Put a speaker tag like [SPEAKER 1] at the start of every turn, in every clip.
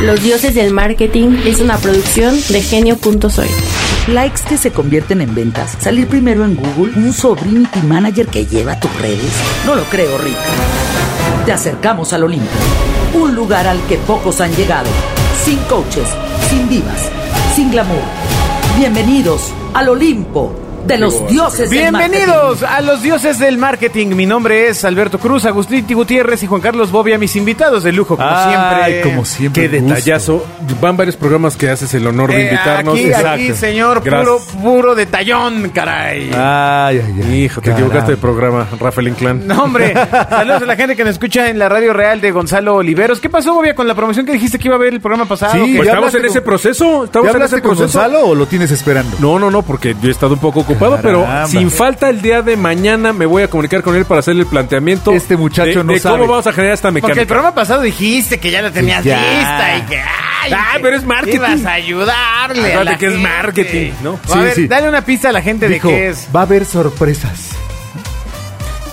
[SPEAKER 1] Los dioses del marketing es una producción de genio.soy.
[SPEAKER 2] Likes que se convierten en ventas. Salir primero en Google. Un sobrinity manager que lleva tus redes. No lo creo, Rick. Te acercamos al Olimpo. Un lugar al que pocos han llegado. Sin coaches, sin divas, sin glamour. Bienvenidos al Olimpo de los dioses del marketing.
[SPEAKER 3] Bienvenidos a los dioses del marketing. Mi nombre es Alberto Cruz, Agustín T. Gutiérrez y Juan Carlos Bobia, mis invitados de lujo, como
[SPEAKER 4] Ay,
[SPEAKER 3] siempre.
[SPEAKER 4] como siempre.
[SPEAKER 3] Qué
[SPEAKER 4] un gusto.
[SPEAKER 3] detallazo.
[SPEAKER 4] Van varios programas que haces el honor de
[SPEAKER 3] Eh,
[SPEAKER 4] invitarnos.
[SPEAKER 3] Aquí, aquí,
[SPEAKER 4] Exacto.
[SPEAKER 3] señor, puro,
[SPEAKER 4] Gracias. Ah.
[SPEAKER 3] puro detallón, caray.
[SPEAKER 4] Ay, ay, ay.
[SPEAKER 3] Hijo,
[SPEAKER 4] Hijo,
[SPEAKER 3] te equivocaste
[SPEAKER 4] te equivocaste
[SPEAKER 3] de
[SPEAKER 4] de programa, Rafael Inclán.
[SPEAKER 3] No, hombre. Saludos a la gente que nos escucha en la radio real de Gonzalo Oliveros. ¿Qué pasó, Bobia, con la promoción que dijiste que iba a haber el programa pasado?
[SPEAKER 4] Sí,
[SPEAKER 3] ¿O qué?
[SPEAKER 4] pues
[SPEAKER 5] ¿Ya
[SPEAKER 4] estamos
[SPEAKER 5] hablaste
[SPEAKER 4] en
[SPEAKER 5] con-
[SPEAKER 4] ese proceso. Estamos
[SPEAKER 5] ¿Ya
[SPEAKER 4] en
[SPEAKER 5] hablaste
[SPEAKER 4] ese
[SPEAKER 5] con
[SPEAKER 4] proceso.
[SPEAKER 5] Gonzalo o lo tienes esperando?
[SPEAKER 4] No, no, no, porque yo he estado un poco ocupado,
[SPEAKER 5] Caramba.
[SPEAKER 4] pero sin falta el día de mañana me voy a comunicar con él para hacerle el planteamiento.
[SPEAKER 5] Este muchacho
[SPEAKER 4] de,
[SPEAKER 5] no
[SPEAKER 4] de
[SPEAKER 5] sabe.
[SPEAKER 4] cómo vamos a generar esta
[SPEAKER 3] Porque el
[SPEAKER 4] mecánica.
[SPEAKER 3] programa pasado dijiste que ya la tenías
[SPEAKER 5] Ya.
[SPEAKER 3] lista y que. Ay,
[SPEAKER 4] Ah,
[SPEAKER 3] que
[SPEAKER 4] pero es marketing.
[SPEAKER 3] Ibas a ayudarle. a
[SPEAKER 4] Acuérdate
[SPEAKER 3] la
[SPEAKER 4] que es
[SPEAKER 3] gente.
[SPEAKER 4] marketing, ¿no?
[SPEAKER 3] a
[SPEAKER 5] Sí,
[SPEAKER 3] ver,
[SPEAKER 5] sí.
[SPEAKER 3] dale una pista a la gente
[SPEAKER 5] Dijo,
[SPEAKER 3] de qué es.
[SPEAKER 5] va a haber sorpresas.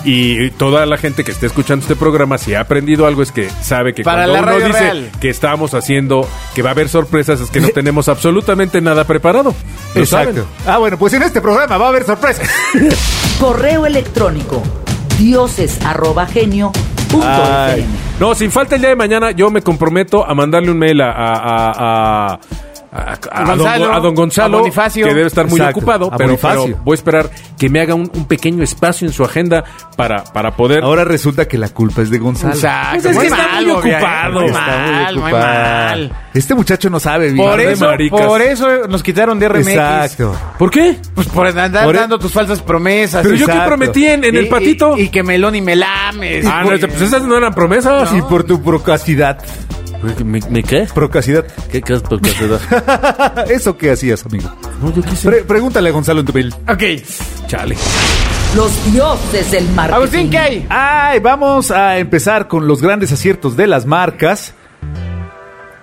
[SPEAKER 4] Y toda la gente que esté escuchando este programa, si ha aprendido algo, es que sabe que
[SPEAKER 3] Para
[SPEAKER 4] cuando
[SPEAKER 3] la
[SPEAKER 4] uno
[SPEAKER 3] radio
[SPEAKER 4] dice
[SPEAKER 3] real.
[SPEAKER 4] que estamos haciendo, que va a haber sorpresas, es que no tenemos absolutamente nada preparado. Lo saben.
[SPEAKER 5] Ah, bueno, pues en este programa va a haber sorpresas.
[SPEAKER 2] Correo electrónico dioses arroba genio punto
[SPEAKER 5] Ay.
[SPEAKER 2] FM.
[SPEAKER 4] No, sin falta el día de mañana, yo me comprometo a mandarle un mail a, a- a- a- a- a don,
[SPEAKER 3] Gonzalo,
[SPEAKER 4] Go- a don Gonzalo,
[SPEAKER 3] a Bonifacio.
[SPEAKER 4] que debe estar muy
[SPEAKER 5] Exacto,
[SPEAKER 4] ocupado,
[SPEAKER 5] a
[SPEAKER 4] pero,
[SPEAKER 5] Bonifacio.
[SPEAKER 4] pero voy a esperar que me haga un, un pequeño espacio en su agenda para, para poder...
[SPEAKER 5] Ahora resulta que la culpa es de Gonzalo.
[SPEAKER 3] Exacto.
[SPEAKER 4] Pues es que
[SPEAKER 3] Muy
[SPEAKER 4] está
[SPEAKER 3] mal,
[SPEAKER 4] muy
[SPEAKER 3] Bobia, ¿eh?
[SPEAKER 4] ocupado.
[SPEAKER 3] Muy
[SPEAKER 4] Está
[SPEAKER 3] mal, muy mal.
[SPEAKER 5] Este muchacho no sabe. bien.
[SPEAKER 3] Por
[SPEAKER 4] de
[SPEAKER 3] eso,
[SPEAKER 4] maricas.
[SPEAKER 3] por eso nos quitaron de RMX.
[SPEAKER 5] Exacto.
[SPEAKER 4] ¿Por qué?
[SPEAKER 3] Pues por andar
[SPEAKER 5] Por e-
[SPEAKER 3] dando tus falsas promesas.
[SPEAKER 4] Pero yo
[SPEAKER 3] Exacto.
[SPEAKER 4] qué prometí en, en
[SPEAKER 3] Y-
[SPEAKER 4] el patito.
[SPEAKER 3] Y, y que melón y melames.
[SPEAKER 4] ah, no, pues esas no eran promesas.
[SPEAKER 5] Y por tu procrastidad.
[SPEAKER 4] ¿Me, me qué?
[SPEAKER 5] Procrastidad.
[SPEAKER 4] ¿Qué qué es por casualidad?
[SPEAKER 5] ¿Eso qué hacías, amigo?
[SPEAKER 4] No, yo quise...
[SPEAKER 5] Pre- pregúntale a Gonzalo en tu mail.
[SPEAKER 3] Ok.
[SPEAKER 4] Chale.
[SPEAKER 2] Los dioses del marketing.
[SPEAKER 3] Agustín, ¿qué hay?
[SPEAKER 5] Ay, vamos a empezar con los grandes aciertos de las marcas.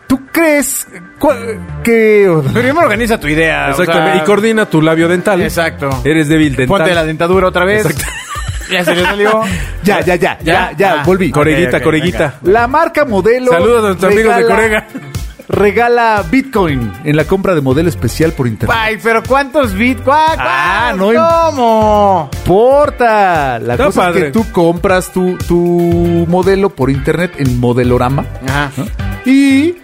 [SPEAKER 5] ¿Tú crees cua- que...
[SPEAKER 3] Primero organiza tu idea. Ah, o
[SPEAKER 4] Exactamente.
[SPEAKER 3] sea,
[SPEAKER 4] y coordina tu labio dental.
[SPEAKER 3] Exacto.
[SPEAKER 4] Eres débil dental.
[SPEAKER 3] Ponte la dentadura otra vez. Ya se le salió.
[SPEAKER 5] Ya, ya, ya, ya, ya,
[SPEAKER 3] Ah,
[SPEAKER 5] volví.
[SPEAKER 3] ok,
[SPEAKER 4] Coreguita,
[SPEAKER 3] ok,
[SPEAKER 4] coreguita.
[SPEAKER 5] La marca modelo.
[SPEAKER 4] Saludos a nuestros amigos de Corega.
[SPEAKER 5] Regala Bitcoin en la compra de modelo especial por internet.
[SPEAKER 3] venga. Ay, pero ¿cuántos bits? ¿Cuá-
[SPEAKER 5] Ah,
[SPEAKER 3] cuántos?
[SPEAKER 5] no
[SPEAKER 3] ¿Cómo?
[SPEAKER 5] Porta. La
[SPEAKER 4] Está
[SPEAKER 5] cosa es que
[SPEAKER 4] padre.
[SPEAKER 5] tú compras tu, tu modelo por internet en Modelorama
[SPEAKER 3] Ajá.
[SPEAKER 5] ¿no? y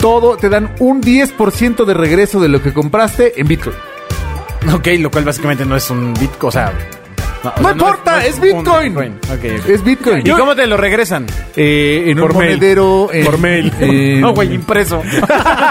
[SPEAKER 5] todo te dan un 10% de regreso de lo que compraste en Bitcoin.
[SPEAKER 3] Ok, lo cual básicamente no es un bit, o sea... No, o
[SPEAKER 5] No
[SPEAKER 3] sea,
[SPEAKER 5] importa, es,
[SPEAKER 3] un
[SPEAKER 5] Bitcoin.
[SPEAKER 3] Ok, ok.
[SPEAKER 5] Es Bitcoin.
[SPEAKER 3] ¿Y cómo te lo regresan?
[SPEAKER 5] Eh, en
[SPEAKER 4] Por
[SPEAKER 5] un
[SPEAKER 4] mail.
[SPEAKER 5] monedero. en-
[SPEAKER 4] Por mail.
[SPEAKER 5] en-
[SPEAKER 3] No,
[SPEAKER 4] Eh,
[SPEAKER 3] güey, impreso.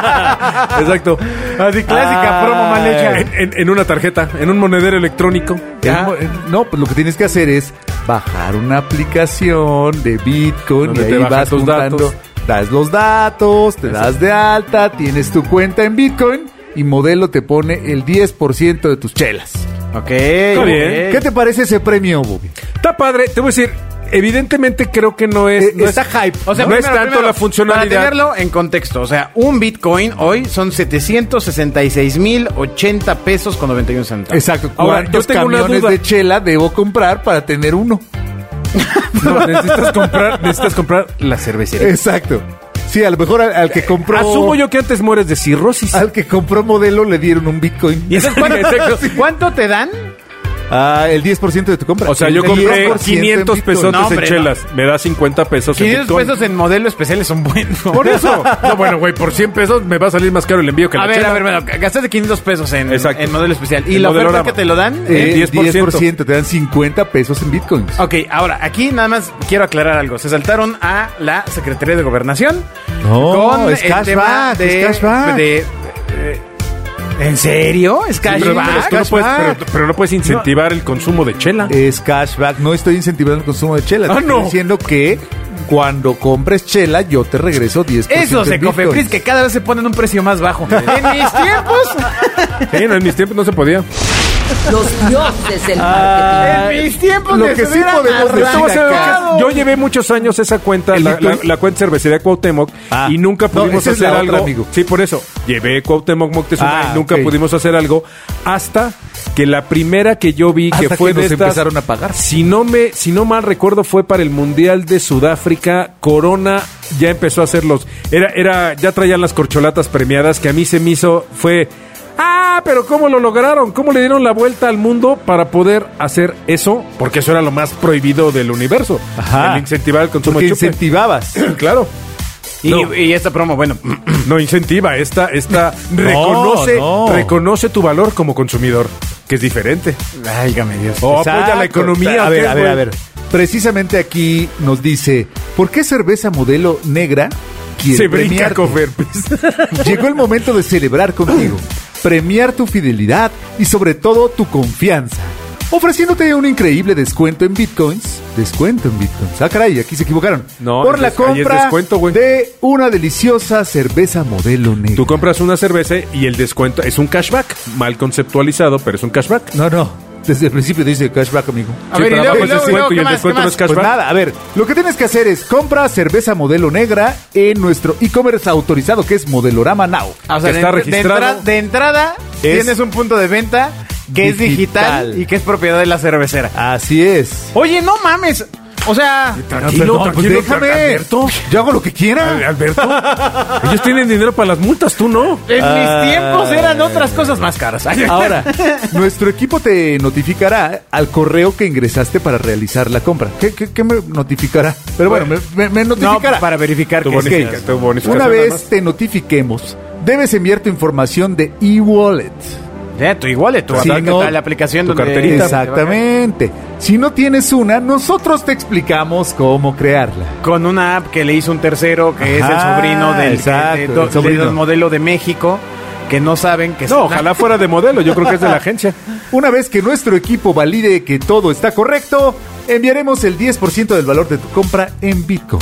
[SPEAKER 4] Exacto.
[SPEAKER 3] Así, clásica
[SPEAKER 5] Ah.
[SPEAKER 3] promo mal hecha.
[SPEAKER 4] En, en- en una tarjeta, en un monedero electrónico.
[SPEAKER 5] en un mo- en- no, pues lo que tienes que hacer es bajar una aplicación de Bitcoin
[SPEAKER 4] Donde
[SPEAKER 5] y
[SPEAKER 4] te
[SPEAKER 5] ahí
[SPEAKER 4] bajan
[SPEAKER 5] vas
[SPEAKER 4] tus
[SPEAKER 5] juntando,
[SPEAKER 4] datos.
[SPEAKER 5] das los datos, te das de alta, tienes tu cuenta en Bitcoin y Modelo te pone el 10% de tus chelas.
[SPEAKER 3] Ok.
[SPEAKER 4] bien.
[SPEAKER 5] ¿Qué te parece ese premio, Bobby?
[SPEAKER 4] Está padre, te voy a decir, evidentemente creo que no es...
[SPEAKER 5] Eh,
[SPEAKER 4] no es-
[SPEAKER 5] está hype.
[SPEAKER 3] O sea,
[SPEAKER 4] no es
[SPEAKER 3] primero,
[SPEAKER 4] tanto
[SPEAKER 3] primero,
[SPEAKER 4] la funcionalidad.
[SPEAKER 3] Para tenerlo en contexto, o sea, un Bitcoin hoy son 766.080 pesos con 91 centavos.
[SPEAKER 5] Exacto.
[SPEAKER 4] Ahora,
[SPEAKER 5] ¿Cuántos
[SPEAKER 4] yo tengo una
[SPEAKER 5] camiones
[SPEAKER 4] duda.
[SPEAKER 5] de chela debo comprar para tener uno?
[SPEAKER 4] No, necesitas comprar, necesitas comprar la cervecería.
[SPEAKER 5] Exacto. Sí, a lo mejor al, al que compró.
[SPEAKER 4] Asumo yo que antes mueres de cirrosis.
[SPEAKER 5] Al que compró modelo le dieron un Bitcoin.
[SPEAKER 4] Y eso es cuando- exacto.
[SPEAKER 3] ¿Cuánto te dan?
[SPEAKER 5] Ah, el 10% de tu compra.
[SPEAKER 4] O sea, yo
[SPEAKER 5] El
[SPEAKER 4] compré
[SPEAKER 5] 10% en
[SPEAKER 4] 500
[SPEAKER 5] Bitcoin.
[SPEAKER 4] pesos
[SPEAKER 3] No, hombre,
[SPEAKER 4] en chelas. Me da 50 pesos en
[SPEAKER 3] 500
[SPEAKER 4] Bitcoin.
[SPEAKER 3] pesos en modelo especial es un buen.
[SPEAKER 4] Por eso. No, bueno, güey, por 100 pesos me va a salir más caro el envío que la
[SPEAKER 3] A ver,
[SPEAKER 4] chela.
[SPEAKER 3] a ver, bueno, gastaste 500 pesos en,
[SPEAKER 4] Exacto.
[SPEAKER 3] en modelo especial. ¿Y
[SPEAKER 4] En
[SPEAKER 3] la oferta
[SPEAKER 4] Modelorama.
[SPEAKER 3] que te lo dan?
[SPEAKER 4] Eh,
[SPEAKER 5] Eh, 10%.
[SPEAKER 4] 10%.
[SPEAKER 5] te dan 50 pesos en bitcoins.
[SPEAKER 3] Ok, ahora, aquí nada más quiero aclarar algo. Se saltaron a la Secretaría de Gobernación.
[SPEAKER 5] No,
[SPEAKER 3] con
[SPEAKER 5] es
[SPEAKER 3] el
[SPEAKER 5] cashback,
[SPEAKER 3] tema de,
[SPEAKER 5] es cashback.
[SPEAKER 3] de- eh, ¿En serio? ¿Es cashback?
[SPEAKER 4] Pero, pero tú no puedes,
[SPEAKER 3] Cashback.
[SPEAKER 4] pero- pero no puedes incentivar el consumo de chela.
[SPEAKER 5] Es cashback. No estoy incentivando el consumo de chela.
[SPEAKER 4] Ah,
[SPEAKER 5] Te estoy
[SPEAKER 4] no.
[SPEAKER 5] diciendo que cuando compres chela, yo te regreso 10%.
[SPEAKER 3] Eso
[SPEAKER 5] en
[SPEAKER 3] de
[SPEAKER 5] bitcoins.
[SPEAKER 3] Cofepris que cada vez se ponen un precio más bajo. en mis tiempos.
[SPEAKER 4] Sí, no, en mis tiempos no se podía.
[SPEAKER 2] Los dioses del marketing.
[SPEAKER 5] Ah,
[SPEAKER 3] En mis tiempos
[SPEAKER 5] lo
[SPEAKER 3] les
[SPEAKER 5] que sí
[SPEAKER 3] hubiera
[SPEAKER 5] podemos decir
[SPEAKER 3] arrancado.
[SPEAKER 4] Estamos en lo que- Yo
[SPEAKER 5] Yo
[SPEAKER 4] llevé muchos años esa cuenta,
[SPEAKER 5] El
[SPEAKER 4] la,
[SPEAKER 5] Victoria-
[SPEAKER 4] la- la cuenta cervecería Cuauhtémoc,
[SPEAKER 5] Ah.
[SPEAKER 4] y nunca
[SPEAKER 5] No,
[SPEAKER 4] pudimos
[SPEAKER 5] esa es
[SPEAKER 4] hacer
[SPEAKER 5] la
[SPEAKER 4] algo.
[SPEAKER 5] otra, amigo.
[SPEAKER 4] Sí, por eso. Llevé Cuauhtémoc Moctezuma
[SPEAKER 5] Ah,
[SPEAKER 4] y nunca
[SPEAKER 5] ok.
[SPEAKER 4] pudimos hacer algo hasta que la primera que yo vi
[SPEAKER 5] Hasta
[SPEAKER 4] que fue
[SPEAKER 5] que
[SPEAKER 4] de
[SPEAKER 5] nos
[SPEAKER 4] estas-
[SPEAKER 5] empezaron a pagar.
[SPEAKER 4] Si no me si no mal recuerdo fue para el Mundial de Sudáfrica, Corona ya empezó a hacer los era era ya traían las corcholatas premiadas que a mí se me hizo fue Ah, pero ¿cómo lo lograron? ¿Cómo le dieron la vuelta al mundo para poder hacer eso? Porque eso era lo más prohibido del universo.
[SPEAKER 5] Ajá.
[SPEAKER 4] El incentivar el consumo
[SPEAKER 5] porque
[SPEAKER 4] de chupe.
[SPEAKER 5] incentivabas.
[SPEAKER 4] Claro.
[SPEAKER 3] Y,
[SPEAKER 4] No.
[SPEAKER 3] y esta promo, bueno,
[SPEAKER 4] No incentiva, esta, esta
[SPEAKER 5] No,
[SPEAKER 4] reconoce,
[SPEAKER 5] no.
[SPEAKER 4] reconoce tu valor como consumidor, que es diferente.
[SPEAKER 3] válgame Dios.
[SPEAKER 4] O apoya Oh, pues la
[SPEAKER 5] Exacto.
[SPEAKER 4] economía.
[SPEAKER 5] A
[SPEAKER 4] ¿o
[SPEAKER 5] ver,
[SPEAKER 4] qué,
[SPEAKER 5] a ver,
[SPEAKER 4] güey?
[SPEAKER 5] a ver. Precisamente aquí nos dice, ¿por qué cerveza modelo negra quiere
[SPEAKER 4] Se brinca
[SPEAKER 5] premiarte?
[SPEAKER 4] Coferpis.
[SPEAKER 5] Llegó el momento de celebrar contigo, premiar tu fidelidad y sobre todo tu confianza. Ofreciéndote un increíble descuento en bitcoins. Descuento en bitcoins. Ah, caray, aquí se equivocaron.
[SPEAKER 4] No,
[SPEAKER 5] Por
[SPEAKER 4] es
[SPEAKER 5] la
[SPEAKER 4] des- ahí es
[SPEAKER 5] compra
[SPEAKER 4] descuento, güey.
[SPEAKER 5] de una deliciosa cerveza modelo negra.
[SPEAKER 4] Tú compras una cerveza y el descuento es un cashback. Mal conceptualizado, pero es un cashback.
[SPEAKER 5] No, no. Desde el principio dice cashback, amigo.
[SPEAKER 3] A ver, y
[SPEAKER 4] pero
[SPEAKER 3] luego,
[SPEAKER 4] abajo
[SPEAKER 3] y
[SPEAKER 4] es
[SPEAKER 3] luego, y luego,
[SPEAKER 4] descuento y
[SPEAKER 3] ¿qué
[SPEAKER 4] el
[SPEAKER 3] más,
[SPEAKER 4] descuento
[SPEAKER 3] qué
[SPEAKER 4] no
[SPEAKER 3] más?
[SPEAKER 4] es
[SPEAKER 5] Pues
[SPEAKER 4] cashback.
[SPEAKER 5] nada, a ver, lo que tienes que hacer es compra cerveza modelo negra en nuestro e-commerce autorizado que es Modelorama Now.
[SPEAKER 3] O
[SPEAKER 4] que
[SPEAKER 3] de,
[SPEAKER 4] está
[SPEAKER 3] entr- de
[SPEAKER 4] registrado.
[SPEAKER 3] entra- de entrada,
[SPEAKER 5] Es-
[SPEAKER 3] tienes un punto de venta que es
[SPEAKER 5] Digital.
[SPEAKER 3] digital y que es propiedad de la cervecera.
[SPEAKER 5] Así es.
[SPEAKER 3] Oye, no mames. O sea,
[SPEAKER 5] No, perdón, pues déjame. Yo hago lo que quiera.
[SPEAKER 4] Alberto. Ellos tienen dinero para las multas, tú no.
[SPEAKER 3] en mis tiempos eran otras cosas más caras.
[SPEAKER 5] Ahora, nuestro equipo te notificará al correo que ingresaste para realizar la compra. ¿Qué, qué- qué me notificará? Pero bueno, me, me- me
[SPEAKER 3] Pues, no,
[SPEAKER 5] notificará.
[SPEAKER 3] para verificar
[SPEAKER 4] Tu
[SPEAKER 3] que sí.
[SPEAKER 4] bonifica- tu bonificación
[SPEAKER 5] Una
[SPEAKER 4] nada
[SPEAKER 5] vez
[SPEAKER 4] más.
[SPEAKER 5] te notifiquemos, debes enviar tu información de e-wallet.
[SPEAKER 3] Ya, tu igual, tu
[SPEAKER 5] Si
[SPEAKER 3] ataque,
[SPEAKER 5] no,
[SPEAKER 3] tal, la aplicación
[SPEAKER 4] tu
[SPEAKER 3] donde-
[SPEAKER 4] carterita.
[SPEAKER 5] Exactamente. Si no tienes una, nosotros te explicamos cómo crearla.
[SPEAKER 3] Con una app que le hizo un tercero, que
[SPEAKER 5] Ajá,
[SPEAKER 3] es el sobrino del,
[SPEAKER 5] exacto,
[SPEAKER 3] de- do-
[SPEAKER 5] el sobrino.
[SPEAKER 3] del modelo de México, que no saben que
[SPEAKER 4] No, ojalá fuera de modelo. Yo creo que es de la agencia.
[SPEAKER 5] Una vez que nuestro equipo valide que todo está correcto, enviaremos el 10% del valor de tu compra en Bitcoin.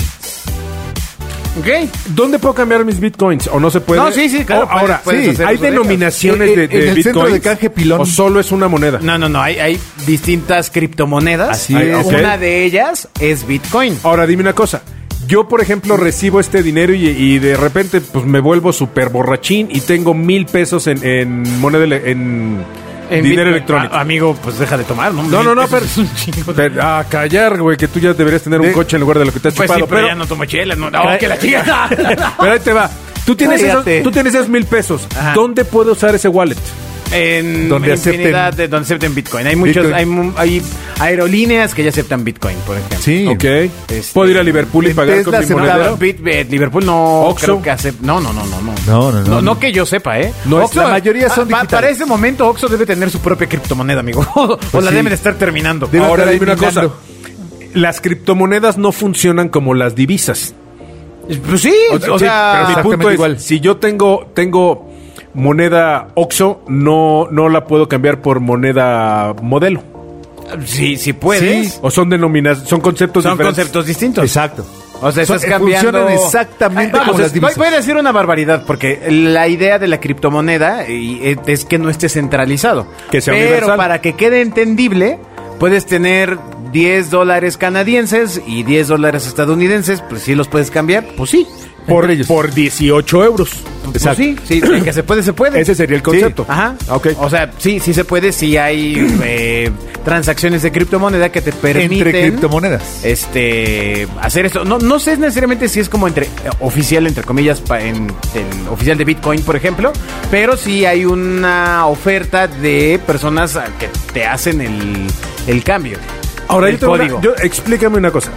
[SPEAKER 3] Ok.
[SPEAKER 4] ¿Dónde puedo cambiar mis bitcoins? ¿O no se puede?
[SPEAKER 3] No, sí, sí, claro,
[SPEAKER 4] O- ahora,
[SPEAKER 3] puedes- puedes
[SPEAKER 4] sí,
[SPEAKER 3] hacer
[SPEAKER 4] ¿hay
[SPEAKER 3] uso de
[SPEAKER 4] denominaciones
[SPEAKER 5] ellas.
[SPEAKER 4] de,
[SPEAKER 5] Eh, eh,
[SPEAKER 4] de
[SPEAKER 5] en el centro
[SPEAKER 4] bitcoins?
[SPEAKER 5] de canje pilón.
[SPEAKER 4] ¿O solo es una moneda?
[SPEAKER 3] No, no, no, hay, hay distintas criptomonedas.
[SPEAKER 5] Así
[SPEAKER 3] Hay-
[SPEAKER 5] es.
[SPEAKER 3] Una
[SPEAKER 4] Ok.
[SPEAKER 3] de ellas es Bitcoin.
[SPEAKER 4] Ahora, dime una cosa. Yo, por ejemplo, recibo este dinero y, y de repente pues me vuelvo súper borrachín y tengo mil pesos en, en moneda ele- en,
[SPEAKER 3] En
[SPEAKER 4] dinero
[SPEAKER 3] Bitcoin.
[SPEAKER 4] electrónico.
[SPEAKER 3] Ah, amigo, pues deja de tomar, ¿no?
[SPEAKER 4] no, no, no,
[SPEAKER 3] Eso
[SPEAKER 4] pero,
[SPEAKER 3] es un chingo de-
[SPEAKER 4] pero- ah, callar, güey, que tú ya deberías tener un
[SPEAKER 5] De-
[SPEAKER 4] coche en lugar de lo que te has
[SPEAKER 3] Pues sí,
[SPEAKER 4] chupado.
[SPEAKER 3] pero, ya no tomo chela, no, no, que la chica.
[SPEAKER 4] pero ahí te va. Tú tienes, esos,
[SPEAKER 3] Cállate.
[SPEAKER 4] tú tienes esos mil pesos.
[SPEAKER 3] Ajá.
[SPEAKER 4] ¿Dónde puedo usar ese wallet?
[SPEAKER 3] en
[SPEAKER 5] Donde
[SPEAKER 3] donde infinidad
[SPEAKER 5] acepten-
[SPEAKER 3] de donde acepten Bitcoin. Hay muchos,
[SPEAKER 5] Bitcoin.
[SPEAKER 3] Hay, mu- hay aerolíneas que ya aceptan Bitcoin, por ejemplo.
[SPEAKER 5] Sí.
[SPEAKER 4] Ok.
[SPEAKER 3] Este,
[SPEAKER 4] ¿Puedo ir a Liverpool y
[SPEAKER 5] en
[SPEAKER 4] pagar
[SPEAKER 5] Tesla
[SPEAKER 4] con mi
[SPEAKER 5] se
[SPEAKER 3] Pero
[SPEAKER 5] pagaba.
[SPEAKER 4] monedero?
[SPEAKER 3] Bit- Bit- Liverpool no
[SPEAKER 4] Oxxo.
[SPEAKER 3] creo que acep- no, no, no, no, no.
[SPEAKER 5] No, no, no.
[SPEAKER 3] No, que yo sepa, ¿eh? ah,
[SPEAKER 5] No, es- la mayoría son digitales.
[SPEAKER 3] para ese momento Oxxo debe tener su propia criptomoneda, amigo. o la
[SPEAKER 5] sí.
[SPEAKER 3] deben estar terminando.
[SPEAKER 5] Debe
[SPEAKER 4] Ahora
[SPEAKER 5] estar
[SPEAKER 4] dime una cosa.
[SPEAKER 5] eliminando.
[SPEAKER 4] Las criptomonedas no funcionan como las divisas.
[SPEAKER 3] Pues sí, o, sea,
[SPEAKER 4] sí, pero mi
[SPEAKER 5] exactamente
[SPEAKER 4] punto es,
[SPEAKER 5] igual.
[SPEAKER 4] si yo tengo, tengo moneda OXO, no, no la puedo cambiar por moneda modelo.
[SPEAKER 3] sí, sí puedes.
[SPEAKER 4] O son denominadas, son conceptos
[SPEAKER 3] Son
[SPEAKER 4] diferentes. eh,
[SPEAKER 3] conceptos distintos.
[SPEAKER 5] Exacto.
[SPEAKER 3] O sea, estás
[SPEAKER 5] Son-
[SPEAKER 3] cambiando.
[SPEAKER 5] Funcionan exactamente
[SPEAKER 3] Vamos,
[SPEAKER 5] como las
[SPEAKER 3] es-
[SPEAKER 5] divisas.
[SPEAKER 3] Voy, voy a decir una barbaridad, porque la idea de la criptomoneda y- eh, es que no esté centralizado.
[SPEAKER 4] Que sea
[SPEAKER 3] Pero
[SPEAKER 4] universal.
[SPEAKER 3] para que quede entendible, puedes tener 10 dólares canadienses y 10 dólares estadounidenses. Pues sí, los puedes cambiar. Pues sí.
[SPEAKER 4] por,
[SPEAKER 5] entre ellos.
[SPEAKER 4] por 18 euros.
[SPEAKER 3] Pues sí, sí, de que se puede, se puede.
[SPEAKER 4] Ese sería el
[SPEAKER 3] Sí.
[SPEAKER 4] concepto.
[SPEAKER 3] Ajá.
[SPEAKER 4] Ok.
[SPEAKER 3] O sea, sí, sí se puede, si hay eh, transacciones de criptomoneda que te permiten.
[SPEAKER 5] Entre criptomonedas.
[SPEAKER 3] este hacer esto. No, no sé necesariamente si es como entre eh, oficial, entre comillas, pa- en, en oficial de Bitcoin, por ejemplo, pero sí hay una oferta de personas ah, que te hacen el, el cambio.
[SPEAKER 4] Ahora,
[SPEAKER 3] el
[SPEAKER 4] yo, tengo una- yo- explícame una cosa.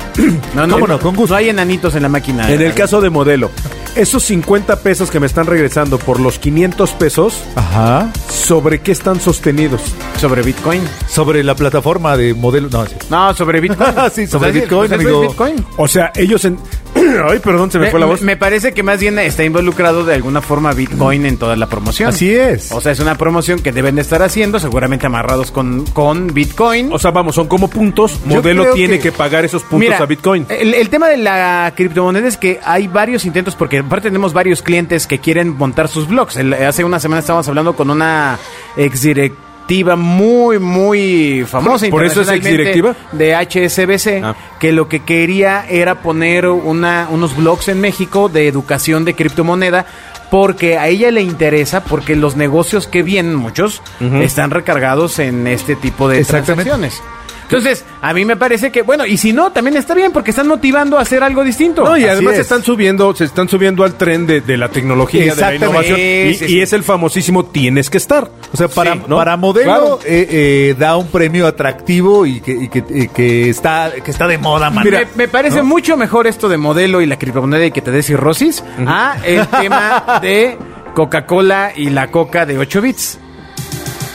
[SPEAKER 3] no, no,
[SPEAKER 5] ¿Cómo no? Con gusto.
[SPEAKER 3] No hay enanitos en la máquina.
[SPEAKER 4] En el caso de modelo, esos 50 pesos que me están regresando por los 500 pesos,
[SPEAKER 5] Ajá.
[SPEAKER 4] ¿sobre qué están sostenidos?
[SPEAKER 3] sobre Bitcoin.
[SPEAKER 5] Sobre la plataforma de modelo. No, sí.
[SPEAKER 3] No, sobre Bitcoin.
[SPEAKER 5] Sí, sobre
[SPEAKER 3] O sea, sí,
[SPEAKER 5] Bitcoin,
[SPEAKER 3] pues eso es
[SPEAKER 5] amigo.
[SPEAKER 3] Bitcoin.
[SPEAKER 4] O sea, ellos en... Ay, perdón, se me,
[SPEAKER 3] Me,
[SPEAKER 4] fue la
[SPEAKER 3] me-
[SPEAKER 4] voz.
[SPEAKER 3] me parece que más bien está involucrado de alguna forma Bitcoin en toda la promoción.
[SPEAKER 5] Así es.
[SPEAKER 3] O sea, es una promoción que deben de estar haciendo, seguramente amarrados con, con Bitcoin.
[SPEAKER 4] O sea, vamos, son como puntos.
[SPEAKER 5] Yo
[SPEAKER 4] Modelo
[SPEAKER 5] creo
[SPEAKER 4] tiene
[SPEAKER 5] que-
[SPEAKER 4] que... eh, pagar esos puntos
[SPEAKER 3] Mira,
[SPEAKER 4] a Bitcoin.
[SPEAKER 3] El, el tema de la criptomoneda es que hay varios intentos, porque aparte tenemos varios clientes que quieren montar sus blogs. El- hace una semana estábamos hablando con una exdirectora directiva muy, muy famosa.
[SPEAKER 4] ¿Por eso es
[SPEAKER 3] internacionalmente
[SPEAKER 4] exdirectiva?
[SPEAKER 3] De HSBC,
[SPEAKER 4] Ah.
[SPEAKER 3] que lo que quería era poner una, unos blogs en México de educación de criptomoneda. Porque a ella le interesa, porque los negocios que vienen, muchos, están recargados en este tipo de
[SPEAKER 5] Exactamente.
[SPEAKER 3] transacciones. Entonces, a mí me parece que, bueno, y si no, también está bien, porque están motivando a hacer algo distinto.
[SPEAKER 4] No, y
[SPEAKER 3] Así
[SPEAKER 4] además
[SPEAKER 3] es.
[SPEAKER 4] están subiendo, se están subiendo al tren de, de la tecnología, de la
[SPEAKER 5] Exactamente.
[SPEAKER 4] innovación. Y,
[SPEAKER 3] Sí,
[SPEAKER 4] y
[SPEAKER 3] sí.
[SPEAKER 4] es el famosísimo tienes que estar.
[SPEAKER 5] O sea, para,
[SPEAKER 4] Sí, ¿no?
[SPEAKER 5] para modelo
[SPEAKER 4] Claro.
[SPEAKER 5] eh, eh, da un premio atractivo y que, y que, y que está, que está de moda, man. Eh,
[SPEAKER 3] me, me parece mucho mejor esto de modelo y la criptomoneda y que te dé cirrosis a el tema de Coca-Cola y la coca de 8 bits.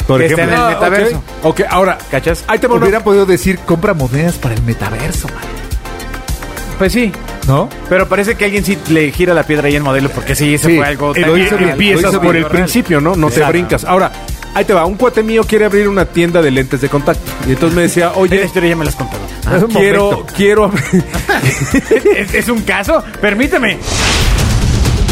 [SPEAKER 5] Por
[SPEAKER 3] que está en
[SPEAKER 5] ejemplo.
[SPEAKER 3] el metaverso.
[SPEAKER 4] eh, ok, ahora,
[SPEAKER 3] ¿Cachas?
[SPEAKER 4] Ahí te va una-
[SPEAKER 5] Hubieran podido decir, compra monedas para el metaverso, man.
[SPEAKER 3] Pues sí.
[SPEAKER 5] ¿no?
[SPEAKER 3] Pero parece que alguien sí le gira la piedra ahí en modelo porque sí, eso
[SPEAKER 5] Sí,
[SPEAKER 3] fue algo...
[SPEAKER 5] lo
[SPEAKER 3] tan-
[SPEAKER 5] hizo bien, lo
[SPEAKER 4] eh, empiezas
[SPEAKER 5] hizo
[SPEAKER 4] por
[SPEAKER 5] bien.
[SPEAKER 4] el principio, ¿no? No te
[SPEAKER 5] Exacto.
[SPEAKER 4] brincas. Ahora, ahí te va. Un cuate mío quiere abrir una tienda de lentes de contacto. Y entonces me decía,
[SPEAKER 3] Oye, la
[SPEAKER 4] oye,
[SPEAKER 3] historia ya me las contó.
[SPEAKER 5] Ah, un
[SPEAKER 4] quiero,
[SPEAKER 5] momento.
[SPEAKER 4] quiero abrir.
[SPEAKER 3] ¿Es, es un caso? Permíteme.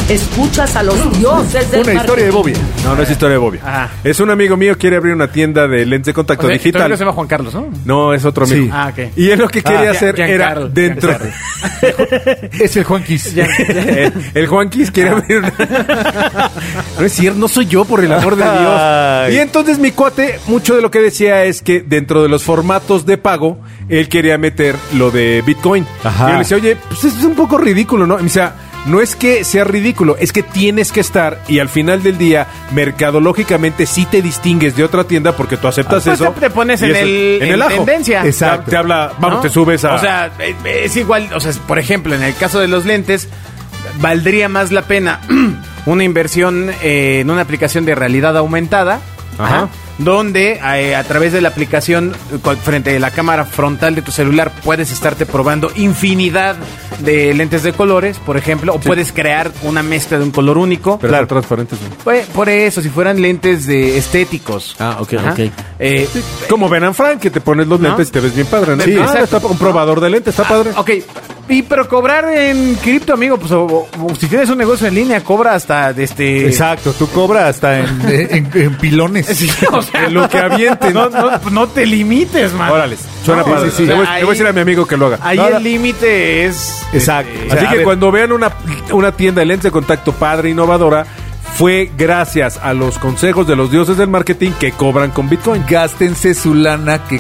[SPEAKER 2] Escuchas a los dioses del
[SPEAKER 5] Una historia de
[SPEAKER 2] marketing.
[SPEAKER 5] Bobia.
[SPEAKER 4] No, no es historia de Bobia.
[SPEAKER 3] Ajá.
[SPEAKER 4] Es un amigo mío quiere abrir una tienda de lentes de contacto
[SPEAKER 3] O sea,
[SPEAKER 4] digital.
[SPEAKER 3] todavía no se llama Juan Carlos, ¿no?
[SPEAKER 4] No, es otro amigo.
[SPEAKER 5] Sí.
[SPEAKER 3] Ah, ok.
[SPEAKER 4] Y él lo que quería
[SPEAKER 3] Ah,
[SPEAKER 4] hacer
[SPEAKER 3] Gian-
[SPEAKER 4] era
[SPEAKER 3] Giancarlo.
[SPEAKER 4] dentro.
[SPEAKER 3] Giancarlo.
[SPEAKER 5] Es el Juan Kiss.
[SPEAKER 4] el, el Juanquis quiere abrir una- No es cierto, no soy yo, por el amor de Dios.
[SPEAKER 5] Ay.
[SPEAKER 4] Y entonces mi cuate, mucho de lo que decía es que dentro de los formatos de pago, él quería meter lo de Bitcoin.
[SPEAKER 5] Ajá.
[SPEAKER 4] Y yo le decía, oye, pues esto es un poco ridículo, ¿no? Y me decía, no es que sea ridículo, es que tienes que estar y al final del día, mercadológicamente sí te distingues de otra tienda porque tú aceptas
[SPEAKER 3] Pues
[SPEAKER 4] eso.
[SPEAKER 3] te- te pones
[SPEAKER 4] y
[SPEAKER 3] en
[SPEAKER 4] eso-
[SPEAKER 3] el- en
[SPEAKER 4] ajo.
[SPEAKER 3] tendencia.
[SPEAKER 4] Exacto. Te habla, vamos,
[SPEAKER 3] ¿no?
[SPEAKER 4] te subes a...
[SPEAKER 3] O sea, eh, es igual, o sea, por ejemplo, en el caso de los lentes, valdría más la pena una inversión eh, en una aplicación de realidad aumentada.
[SPEAKER 4] Ajá.
[SPEAKER 3] ajá, Donde eh, a través de la aplicación eh, con- frente a la cámara frontal de tu celular puedes estarte probando infinidad de lentes de colores, por ejemplo, o puedes crear una mezcla de un color único.
[SPEAKER 4] pero son transparentes. ¿no?
[SPEAKER 3] Pues, por eso, si fueran lentes de estéticos.
[SPEAKER 4] Ah, ok,
[SPEAKER 3] Ajá.
[SPEAKER 4] ok.
[SPEAKER 3] Eh,
[SPEAKER 4] Como Ben and Frank, que te pones los
[SPEAKER 3] ¿No?
[SPEAKER 4] lentes y te ves bien padre, ¿no?
[SPEAKER 3] Sí,
[SPEAKER 4] Ah,
[SPEAKER 3] exacto. Ah,
[SPEAKER 4] está un probador de lentes, está padre.
[SPEAKER 3] Ok, y pero cobrar en cripto, amigo, pues o- o si tienes un negocio en línea, cobra hasta de este.
[SPEAKER 5] Exacto, tú cobras hasta en, en- en pilones.
[SPEAKER 3] Sí, o sea,
[SPEAKER 4] En lo que avienten.
[SPEAKER 3] No, no, no te limites, man.
[SPEAKER 4] Órale, suena
[SPEAKER 3] No,
[SPEAKER 4] padre.
[SPEAKER 3] Ah. sí, sí.
[SPEAKER 4] Le, voy,
[SPEAKER 3] Ahí-
[SPEAKER 4] le voy a decir a mi amigo que lo haga.
[SPEAKER 3] Ahí
[SPEAKER 4] No, no.
[SPEAKER 3] el límite es.
[SPEAKER 5] Exacto.
[SPEAKER 3] este,
[SPEAKER 5] O sea,
[SPEAKER 4] Así
[SPEAKER 5] a
[SPEAKER 4] que
[SPEAKER 5] ver.
[SPEAKER 4] cuando vean una, una tienda de lentes de contacto padre innovadora, fue gracias a los consejos de los dioses del marketing que cobran con Bitcoin.
[SPEAKER 5] Gástense su lana que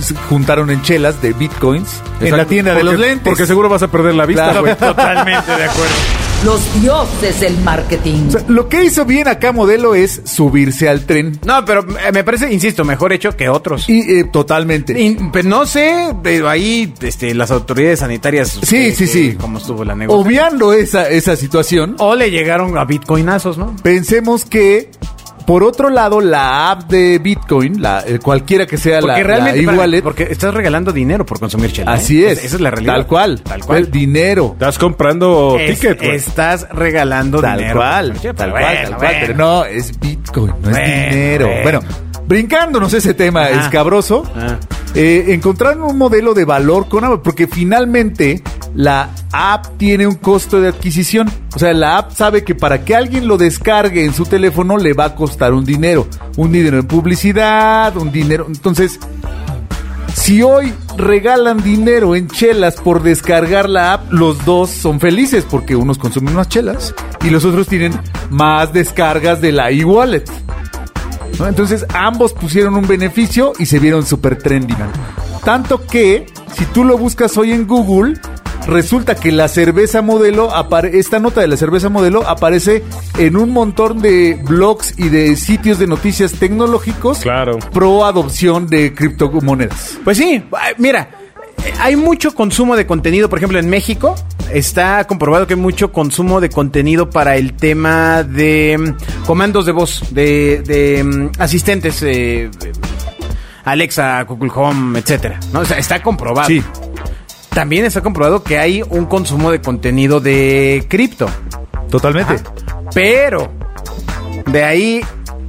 [SPEAKER 5] se juntaron en chelas de bitcoins en la
[SPEAKER 4] Exacto.
[SPEAKER 5] tienda de
[SPEAKER 4] Porque-
[SPEAKER 5] los lentes.
[SPEAKER 4] Porque seguro vas a perder la vista,
[SPEAKER 5] Claro.
[SPEAKER 4] güey.
[SPEAKER 3] totalmente de acuerdo.
[SPEAKER 2] Los dioses del marketing.
[SPEAKER 5] O sea, lo que hizo bien acá modelo es subirse al tren.
[SPEAKER 3] No, pero eh, me parece, insisto, mejor hecho que otros.
[SPEAKER 5] Y eh, totalmente.
[SPEAKER 3] Y, pues, no sé, pero ahí este, las autoridades sanitarias.
[SPEAKER 5] sí,
[SPEAKER 3] eh,
[SPEAKER 5] sí,
[SPEAKER 3] eh,
[SPEAKER 5] sí.
[SPEAKER 3] Cómo estuvo la negociación.
[SPEAKER 5] Obviando esa, esa situación,
[SPEAKER 3] O le llegaron a bitcoinazos, ¿no?
[SPEAKER 5] pensemos que, por otro lado, la app de Bitcoin, la, eh, cualquiera que sea la,
[SPEAKER 3] Porque
[SPEAKER 5] la
[SPEAKER 3] realmente.
[SPEAKER 5] e-wallet,
[SPEAKER 3] porque estás regalando dinero por consumir chela. ¿eh?
[SPEAKER 5] así es.
[SPEAKER 3] Esa es la realidad.
[SPEAKER 5] Tal cual.
[SPEAKER 3] Tal cual.
[SPEAKER 5] El dinero.
[SPEAKER 4] Estás comprando
[SPEAKER 3] Es-
[SPEAKER 4] ticket, güey.
[SPEAKER 3] Estás regalando
[SPEAKER 5] Tal
[SPEAKER 3] dinero.
[SPEAKER 5] cual,
[SPEAKER 3] Pero
[SPEAKER 5] tal cual,
[SPEAKER 3] bueno,
[SPEAKER 5] tal cual.
[SPEAKER 3] bueno.
[SPEAKER 5] Pero no, es Bitcoin, no
[SPEAKER 3] Bueno,
[SPEAKER 5] es dinero.
[SPEAKER 3] bueno.
[SPEAKER 5] Bueno, brincándonos ese tema
[SPEAKER 3] Ajá.
[SPEAKER 5] escabroso,
[SPEAKER 3] Ah.
[SPEAKER 5] eh, encontraron un modelo de valor con app, porque finalmente la app tiene un costo de adquisición. O sea, la app sabe que para que alguien lo descargue en su teléfono le va a costar un dinero. Un dinero en publicidad, un dinero. Entonces, si hoy regalan dinero en chelas por descargar la app, los dos son felices porque unos consumen más chelas y los otros tienen más descargas de la e-wallet. ¿no? Entonces ambos pusieron un beneficio y se vieron súper trendy. man. Tanto que, si tú lo buscas hoy en Google, resulta que la cerveza modelo, apare- esta nota de la cerveza modelo aparece en un montón de blogs y de sitios de noticias tecnológicos
[SPEAKER 4] Claro.
[SPEAKER 5] pro adopción de criptomonedas.
[SPEAKER 3] Pues sí, ay, mira, eh, hay mucho consumo de contenido, por ejemplo, en México está comprobado que hay mucho consumo de contenido para el tema de mm, comandos de voz, de, de, mm, asistentes, eh, Alexa, Google Home, etcétera, ¿no? O sea, está comprobado.
[SPEAKER 4] Sí.
[SPEAKER 3] También está comprobado que hay un consumo de contenido de cripto. Ah,
[SPEAKER 5] Totalmente.
[SPEAKER 3] Pero de ahí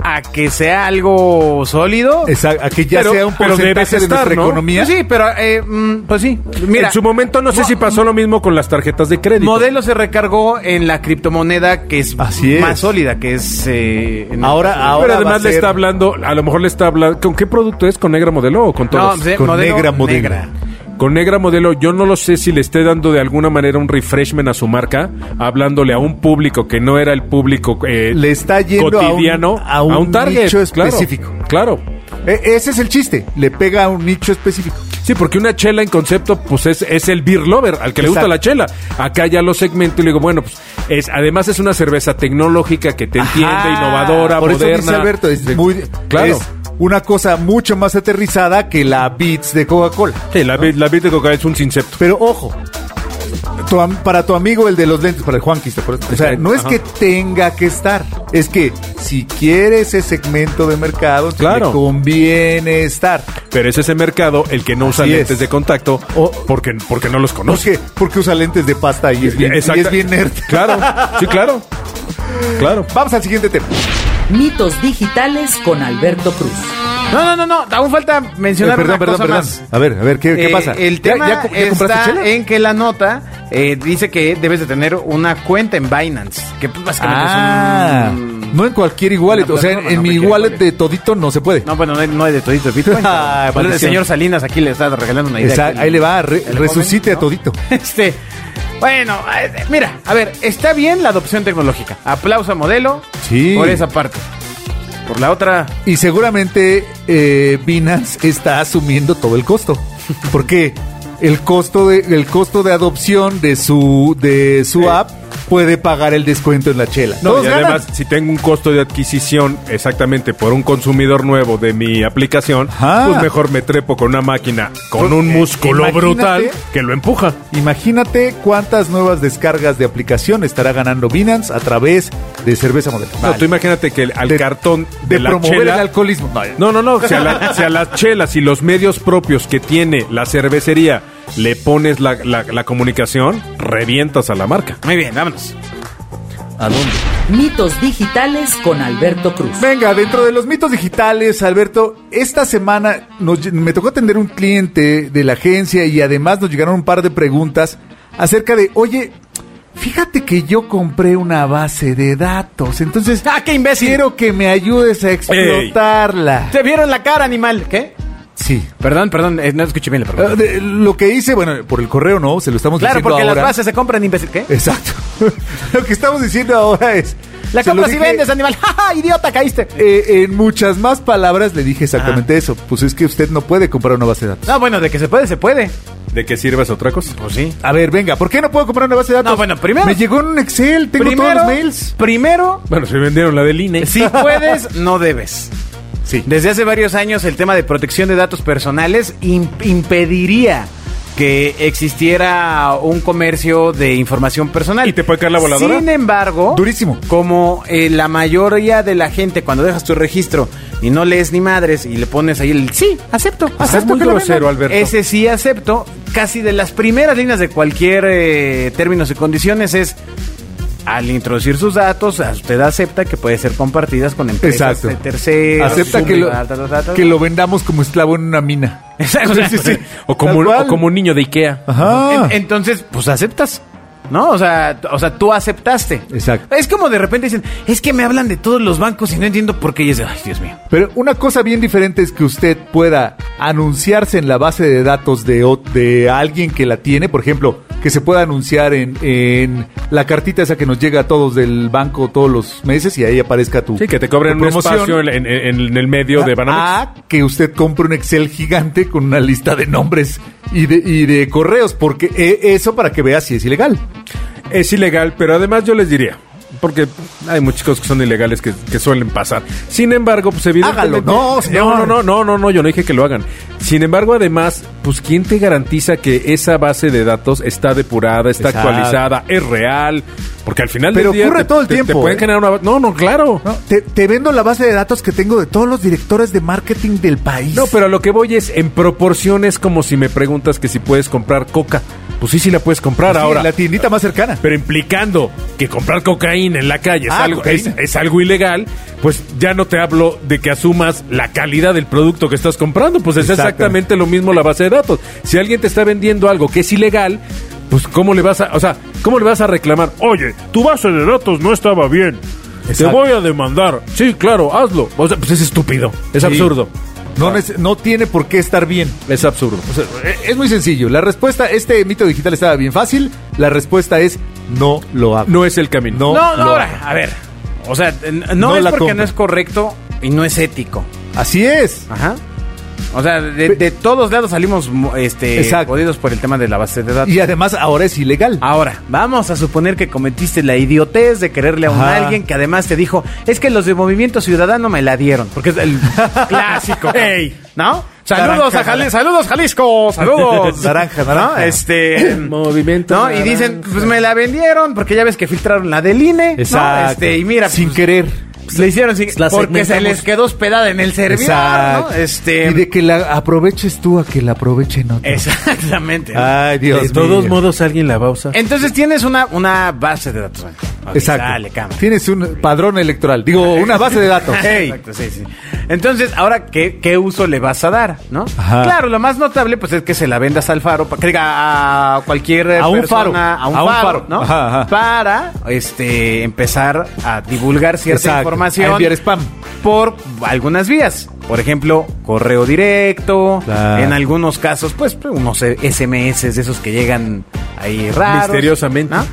[SPEAKER 3] a que sea algo sólido.
[SPEAKER 5] Exacto, a que ya
[SPEAKER 4] Pero-
[SPEAKER 5] sea un
[SPEAKER 4] pero debe
[SPEAKER 5] porcentaje de
[SPEAKER 4] estar,
[SPEAKER 5] nuestra
[SPEAKER 4] ¿no?
[SPEAKER 5] economía.
[SPEAKER 3] Pues sí, pero eh, mm, pues sí. Mira,
[SPEAKER 4] en su momento no sé
[SPEAKER 3] mo-
[SPEAKER 4] si pasó lo mismo con las tarjetas de crédito.
[SPEAKER 3] Modelo se recargó en la criptomoneda que es,
[SPEAKER 5] Así es.
[SPEAKER 3] más sólida, que es eh, en-
[SPEAKER 5] Ahora, ahora
[SPEAKER 4] Pero
[SPEAKER 5] va a
[SPEAKER 4] además le
[SPEAKER 5] ser-
[SPEAKER 4] está hablando, a lo mejor le está hablando, ¿con qué producto es? ¿Con Negra Modelo o con
[SPEAKER 3] No,
[SPEAKER 4] todos?
[SPEAKER 3] pues, eh,
[SPEAKER 5] con negra modelo.
[SPEAKER 4] Con Negra Modelo, yo no lo sé si le esté dando de alguna manera un refreshment a su marca, hablándole a un público que no era el público eh,
[SPEAKER 5] Le está yendo a un-
[SPEAKER 4] cotidiano,
[SPEAKER 5] a un
[SPEAKER 4] target
[SPEAKER 5] nicho
[SPEAKER 4] claro,
[SPEAKER 5] específico.
[SPEAKER 4] Claro.
[SPEAKER 5] E- ese es el chiste, le pega a un nicho específico.
[SPEAKER 4] Sí, porque una chela en concepto, pues es, es el beer lover, al que le gusta
[SPEAKER 5] Exacto.
[SPEAKER 4] la chela. Acá ya lo segmento y le digo, bueno, pues es, además es una cerveza tecnológica que te entiende,
[SPEAKER 5] Ajá,
[SPEAKER 4] innovadora,
[SPEAKER 5] Por
[SPEAKER 4] moderna.
[SPEAKER 5] eso dice Alberto, es muy...
[SPEAKER 4] Claro.
[SPEAKER 5] es una cosa mucho más aterrizada que la Beats de Coca-Cola.
[SPEAKER 4] Sí, la, vi- la vid de coca es un sincepto.
[SPEAKER 5] Pero ojo, tu am- para tu amigo el de los lentes, para el Juanquis, ¿te acuerdas? O sea, no es
[SPEAKER 4] Ajá.
[SPEAKER 5] que tenga que estar, es que si quiere ese segmento de mercado,
[SPEAKER 4] Claro.
[SPEAKER 5] te conviene estar.
[SPEAKER 4] Pero es ese mercado el que no usa
[SPEAKER 5] Así
[SPEAKER 4] lentes
[SPEAKER 5] es.
[SPEAKER 4] de contacto
[SPEAKER 5] O-
[SPEAKER 4] porque, porque no los
[SPEAKER 5] ¿Por
[SPEAKER 4] conoce.
[SPEAKER 5] qué? Porque usa lentes de pasta y es bien, y
[SPEAKER 4] Exacta-
[SPEAKER 5] es bien nerd.
[SPEAKER 4] Claro, sí, claro. Claro.
[SPEAKER 5] Vamos al siguiente tema.
[SPEAKER 2] Mitos digitales con Alberto Cruz.
[SPEAKER 3] No, no, no, no, aún falta mencionar
[SPEAKER 5] Eh, perdón,
[SPEAKER 3] una
[SPEAKER 5] perdón,
[SPEAKER 3] cosa
[SPEAKER 5] perdón.
[SPEAKER 3] más.
[SPEAKER 5] A ver, a ver, ¿qué, qué
[SPEAKER 3] Eh,
[SPEAKER 5] pasa?
[SPEAKER 3] El
[SPEAKER 5] ¿Ya-
[SPEAKER 3] tema
[SPEAKER 5] ya co- ya
[SPEAKER 3] está
[SPEAKER 5] compraste chela?
[SPEAKER 3] en que la nota eh, dice que debes de tener una cuenta en Binance, que pues, básicamente
[SPEAKER 5] Ah,
[SPEAKER 3] es un...
[SPEAKER 5] no en cualquier wallet,
[SPEAKER 3] una
[SPEAKER 5] o sea, en,
[SPEAKER 3] plataforma,
[SPEAKER 5] en
[SPEAKER 3] no,
[SPEAKER 5] mi
[SPEAKER 3] cualquier
[SPEAKER 5] wallet
[SPEAKER 3] wallet.
[SPEAKER 5] de todito no se puede.
[SPEAKER 3] No, bueno, no hay, no hay de todito de Bitcoin.
[SPEAKER 5] Ah,
[SPEAKER 3] pero- pero el
[SPEAKER 5] maldición.
[SPEAKER 3] señor Salinas aquí le está regalando una idea.
[SPEAKER 5] Exacto,
[SPEAKER 3] que
[SPEAKER 5] ahí le va, re-
[SPEAKER 3] que le
[SPEAKER 5] resucite
[SPEAKER 3] comen,
[SPEAKER 5] a todito.
[SPEAKER 3] Este, bueno, eh, mira, a ver, está bien la adopción tecnológica. Aplauso a modelo
[SPEAKER 5] Sí.
[SPEAKER 3] por esa parte. Por la otra,
[SPEAKER 5] Y seguramente eh, Binance está asumiendo todo el costo. Porque el costo de, el costo de adopción de su, de su app puede pagar el descuento en la chela.
[SPEAKER 4] No,
[SPEAKER 5] Todos
[SPEAKER 4] y
[SPEAKER 5] ganan.
[SPEAKER 4] además, si tengo un costo de adquisición exactamente por un consumidor nuevo de mi aplicación,
[SPEAKER 5] Ajá.
[SPEAKER 4] pues mejor me trepo con una máquina con un músculo
[SPEAKER 5] Ah. Pues, eh, imagínate.
[SPEAKER 4] brutal que lo empuja.
[SPEAKER 5] Imagínate cuántas nuevas descargas de aplicación estará ganando Binance a través de cerveza modelo.
[SPEAKER 4] No, tú imagínate que el- al
[SPEAKER 5] De-
[SPEAKER 4] cartón de,
[SPEAKER 5] de
[SPEAKER 4] la
[SPEAKER 5] promover
[SPEAKER 4] chela-
[SPEAKER 5] el alcoholismo.
[SPEAKER 4] No, no, no. Si a, la- si a las chelas y los medios propios que tiene la cervecería le pones la, la- la comunicación, revientas a la marca.
[SPEAKER 3] muy bien, vámonos.
[SPEAKER 5] ¿A dónde?
[SPEAKER 2] Mitos digitales con Alberto Cruz.
[SPEAKER 5] Venga, dentro de los mitos digitales, Alberto, esta semana nos lle- me tocó atender un cliente de la agencia y además nos llegaron un par de preguntas acerca de, oye, fíjate que yo compré una base de datos, entonces
[SPEAKER 3] ¡Ah, qué imbécil!
[SPEAKER 5] quiero que me ayudes a explotarla.
[SPEAKER 3] Te vieron la cara, animal. ¿Qué?
[SPEAKER 5] Sí.
[SPEAKER 3] Perdón, perdón, eh, no escuché bien la
[SPEAKER 5] Eh,
[SPEAKER 3] pregunta.
[SPEAKER 5] de- lo que hice, bueno, por el correo no, se lo estamos
[SPEAKER 3] claro,
[SPEAKER 5] diciendo
[SPEAKER 3] porque
[SPEAKER 5] ahora. Eh,
[SPEAKER 3] las bases se compran, imbécil. ¿Qué?
[SPEAKER 5] Exacto. lo que estamos diciendo ahora es...
[SPEAKER 3] La
[SPEAKER 5] se lo
[SPEAKER 3] compras y
[SPEAKER 5] dije-
[SPEAKER 3] vendes, animal. ¡Ja, ja, idiota, caíste!
[SPEAKER 5] Eh, en muchas más palabras le dije exactamente eso. Pues es que usted no puede comprar una base de datos.
[SPEAKER 3] No, bueno, de que se puede, se puede.
[SPEAKER 4] ¿De qué sirve esa otra cosa?
[SPEAKER 3] Pues sí.
[SPEAKER 5] A ver, venga, ¿por qué no puedo comprar una base de datos?
[SPEAKER 3] No, bueno, primero-
[SPEAKER 5] Me llegó en un Excel, tengo
[SPEAKER 3] primero,
[SPEAKER 5] todos los mails.
[SPEAKER 3] Primero,
[SPEAKER 4] Bueno, se vendieron la del E. INE.
[SPEAKER 3] si puedes, no debes.
[SPEAKER 5] Sí.
[SPEAKER 3] Desde hace varios años el tema de protección de datos personales im- impediría que existiera un comercio de información personal.
[SPEAKER 4] ¿Y te puede caer la voladora?
[SPEAKER 3] Sin embargo,
[SPEAKER 5] Durísimo.
[SPEAKER 3] como eh, la mayoría de la gente cuando dejas tu registro y no lees ni madres y le pones ahí el sí, acepto, acepto
[SPEAKER 4] Pues muy
[SPEAKER 3] que lo
[SPEAKER 4] grosero,
[SPEAKER 3] vendan".
[SPEAKER 4] Alberto.
[SPEAKER 3] Ese sí acepto, casi de las primeras líneas de cualquier eh, términos y condiciones es al introducir sus datos, usted acepta que puede ser compartidas con empresas
[SPEAKER 5] Exacto.
[SPEAKER 3] de terceros.
[SPEAKER 5] Acepta que lo,
[SPEAKER 3] ta, ta, ta, ta.
[SPEAKER 5] que lo vendamos como esclavo en una mina.
[SPEAKER 3] Exacto, o sea,
[SPEAKER 4] O como,
[SPEAKER 5] Tal
[SPEAKER 4] un-
[SPEAKER 5] cual.
[SPEAKER 4] o como un niño de E Ikea.
[SPEAKER 5] Ajá.
[SPEAKER 3] en- entonces, pues aceptas. ¿No? O sea, t- o sea, tú aceptaste.
[SPEAKER 5] Exacto.
[SPEAKER 3] Es como de repente dicen, es que me hablan de todos los bancos y no entiendo por qué. Y es de, ay, Dios mío.
[SPEAKER 5] Pero una cosa bien diferente es que usted pueda anunciarse en la base de datos de, o- de alguien que la tiene, por ejemplo, que se pueda anunciar en, en la cartita esa que nos llega a todos del banco todos los meses y ahí aparezca tu
[SPEAKER 4] Sí, que te cobren
[SPEAKER 5] tu
[SPEAKER 4] un
[SPEAKER 5] promoción.
[SPEAKER 4] espacio en, en- en- en el medio de Banamex.
[SPEAKER 5] a Ah, que usted compre un Excel gigante con una lista de nombres y de, y de correos, porque eh, eso para que vea si es ilegal. ah.
[SPEAKER 4] Es ilegal, pero además yo les diría, porque hay muchas cosas que son ilegales que, que suelen pasar. Sin embargo, pues evidentemente...
[SPEAKER 5] Hágalo, no, señor.
[SPEAKER 4] no, no, no, no, no, yo no dije que lo hagan. Sin embargo, además, pues ¿quién te garantiza que esa base de datos está depurada, está
[SPEAKER 5] Exacto.
[SPEAKER 4] actualizada, es real? Porque al final
[SPEAKER 5] Pero
[SPEAKER 4] del día...
[SPEAKER 5] ocurre
[SPEAKER 4] te-
[SPEAKER 5] todo el
[SPEAKER 4] te-
[SPEAKER 5] tiempo,
[SPEAKER 4] Te pueden
[SPEAKER 5] ¿eh?
[SPEAKER 4] generar una... No, no, claro.
[SPEAKER 5] ¿no? Te, te vendo la base de datos que tengo de todos los directores de marketing del país.
[SPEAKER 4] No, pero a lo que voy es en proporciones como si me preguntas que si puedes comprar coca. pues sí, sí la puedes comprar
[SPEAKER 5] Sí,
[SPEAKER 4] ahora.
[SPEAKER 5] en la tiendita más cercana.
[SPEAKER 4] Pero implicando que comprar cocaína en la calle es,
[SPEAKER 5] Ah,
[SPEAKER 4] algo, es,
[SPEAKER 5] cocaína.
[SPEAKER 4] es algo ilegal, pues ya no te hablo de que asumas la calidad del producto que estás comprando, pues es
[SPEAKER 5] Exactamente.
[SPEAKER 4] exactamente lo mismo la base de datos. Si alguien te está vendiendo algo que es ilegal, pues cómo le vas a, o sea, cómo le vas a reclamar? Oye, tu base de datos no estaba bien. Te
[SPEAKER 5] Exacto.
[SPEAKER 4] voy a demandar. Sí, claro, hazlo. O sea, pues es estúpido, es
[SPEAKER 5] Sí.
[SPEAKER 4] absurdo.
[SPEAKER 5] No, nece- no tiene por qué estar bien.
[SPEAKER 4] Es absurdo.
[SPEAKER 5] O sea, e- es muy sencillo. La respuesta, este mito digital estaba bien fácil. La respuesta es no lo hago.
[SPEAKER 4] No es el camino.
[SPEAKER 5] No,
[SPEAKER 3] No, no,
[SPEAKER 5] lo
[SPEAKER 3] ahora, a ver. O sea, n- no,
[SPEAKER 5] No
[SPEAKER 3] es
[SPEAKER 5] la
[SPEAKER 3] porque
[SPEAKER 5] compro.
[SPEAKER 3] no es correcto y no es ético.
[SPEAKER 5] Así es.
[SPEAKER 3] Ajá. O sea, de, de todos lados salimos mo- este,
[SPEAKER 5] Exacto.
[SPEAKER 3] jodidos por el tema de la base de datos.
[SPEAKER 5] Y además ahora es ilegal.
[SPEAKER 3] Ahora, vamos a suponer que cometiste la idiotez de quererle a un
[SPEAKER 5] Ajá.
[SPEAKER 3] alguien que además te dijo, es que los de Movimiento Ciudadano me la dieron. Porque es el clásico.
[SPEAKER 4] Ey.
[SPEAKER 3] ¿No?
[SPEAKER 5] Naranja,
[SPEAKER 3] Saludos a Jali-
[SPEAKER 5] naranja.
[SPEAKER 3] saludos Jalisco, saludos.
[SPEAKER 5] Naranja, naranja.
[SPEAKER 3] ¿No? Este
[SPEAKER 4] Movimiento
[SPEAKER 3] ¿No? Y dicen,
[SPEAKER 4] naranja.
[SPEAKER 3] pues me la vendieron porque ya ves que filtraron la del INE, ¿no?
[SPEAKER 5] Exacto.
[SPEAKER 3] Este, y mira,
[SPEAKER 5] Sin
[SPEAKER 3] pues,
[SPEAKER 5] querer.
[SPEAKER 3] pues, le hicieron sin-
[SPEAKER 2] La
[SPEAKER 3] porque se
[SPEAKER 2] segmentamos.
[SPEAKER 3] les quedó hospedada en el servidor, ¿no? Este
[SPEAKER 5] Y de que la aproveches tú a que la aprovechen otros.
[SPEAKER 3] exactamente. ¿no?
[SPEAKER 5] Ay, Dios
[SPEAKER 4] de todos
[SPEAKER 5] mío.
[SPEAKER 4] modos alguien la va a usar.
[SPEAKER 3] Entonces tienes una, una base de datos. Ok,
[SPEAKER 5] Exacto.
[SPEAKER 3] Dale, cámara.
[SPEAKER 5] Tienes un padrón electoral. Digo, una base de datos.
[SPEAKER 3] Ey. Exacto, sí, sí. Entonces, ahora, ¿qué, qué uso le vas a dar? ¿no?
[SPEAKER 5] Ajá.
[SPEAKER 3] Claro, lo más notable pues es que se la vendas al faro, pa- que diga a cualquier eh,
[SPEAKER 5] A un
[SPEAKER 3] persona,
[SPEAKER 5] faro.
[SPEAKER 3] a un
[SPEAKER 5] A un
[SPEAKER 3] faro,
[SPEAKER 5] faro.
[SPEAKER 3] ¿no?
[SPEAKER 5] Ajá, ajá.
[SPEAKER 3] Para este, empezar a divulgar cierta
[SPEAKER 5] Exacto.
[SPEAKER 3] información
[SPEAKER 5] A enviar spam.
[SPEAKER 3] por algunas vías. Por ejemplo, correo directo,
[SPEAKER 5] Claro.
[SPEAKER 3] en algunos casos, pues unos SMS de esos que llegan ahí raros.
[SPEAKER 4] Misteriosamente.
[SPEAKER 3] ¿no?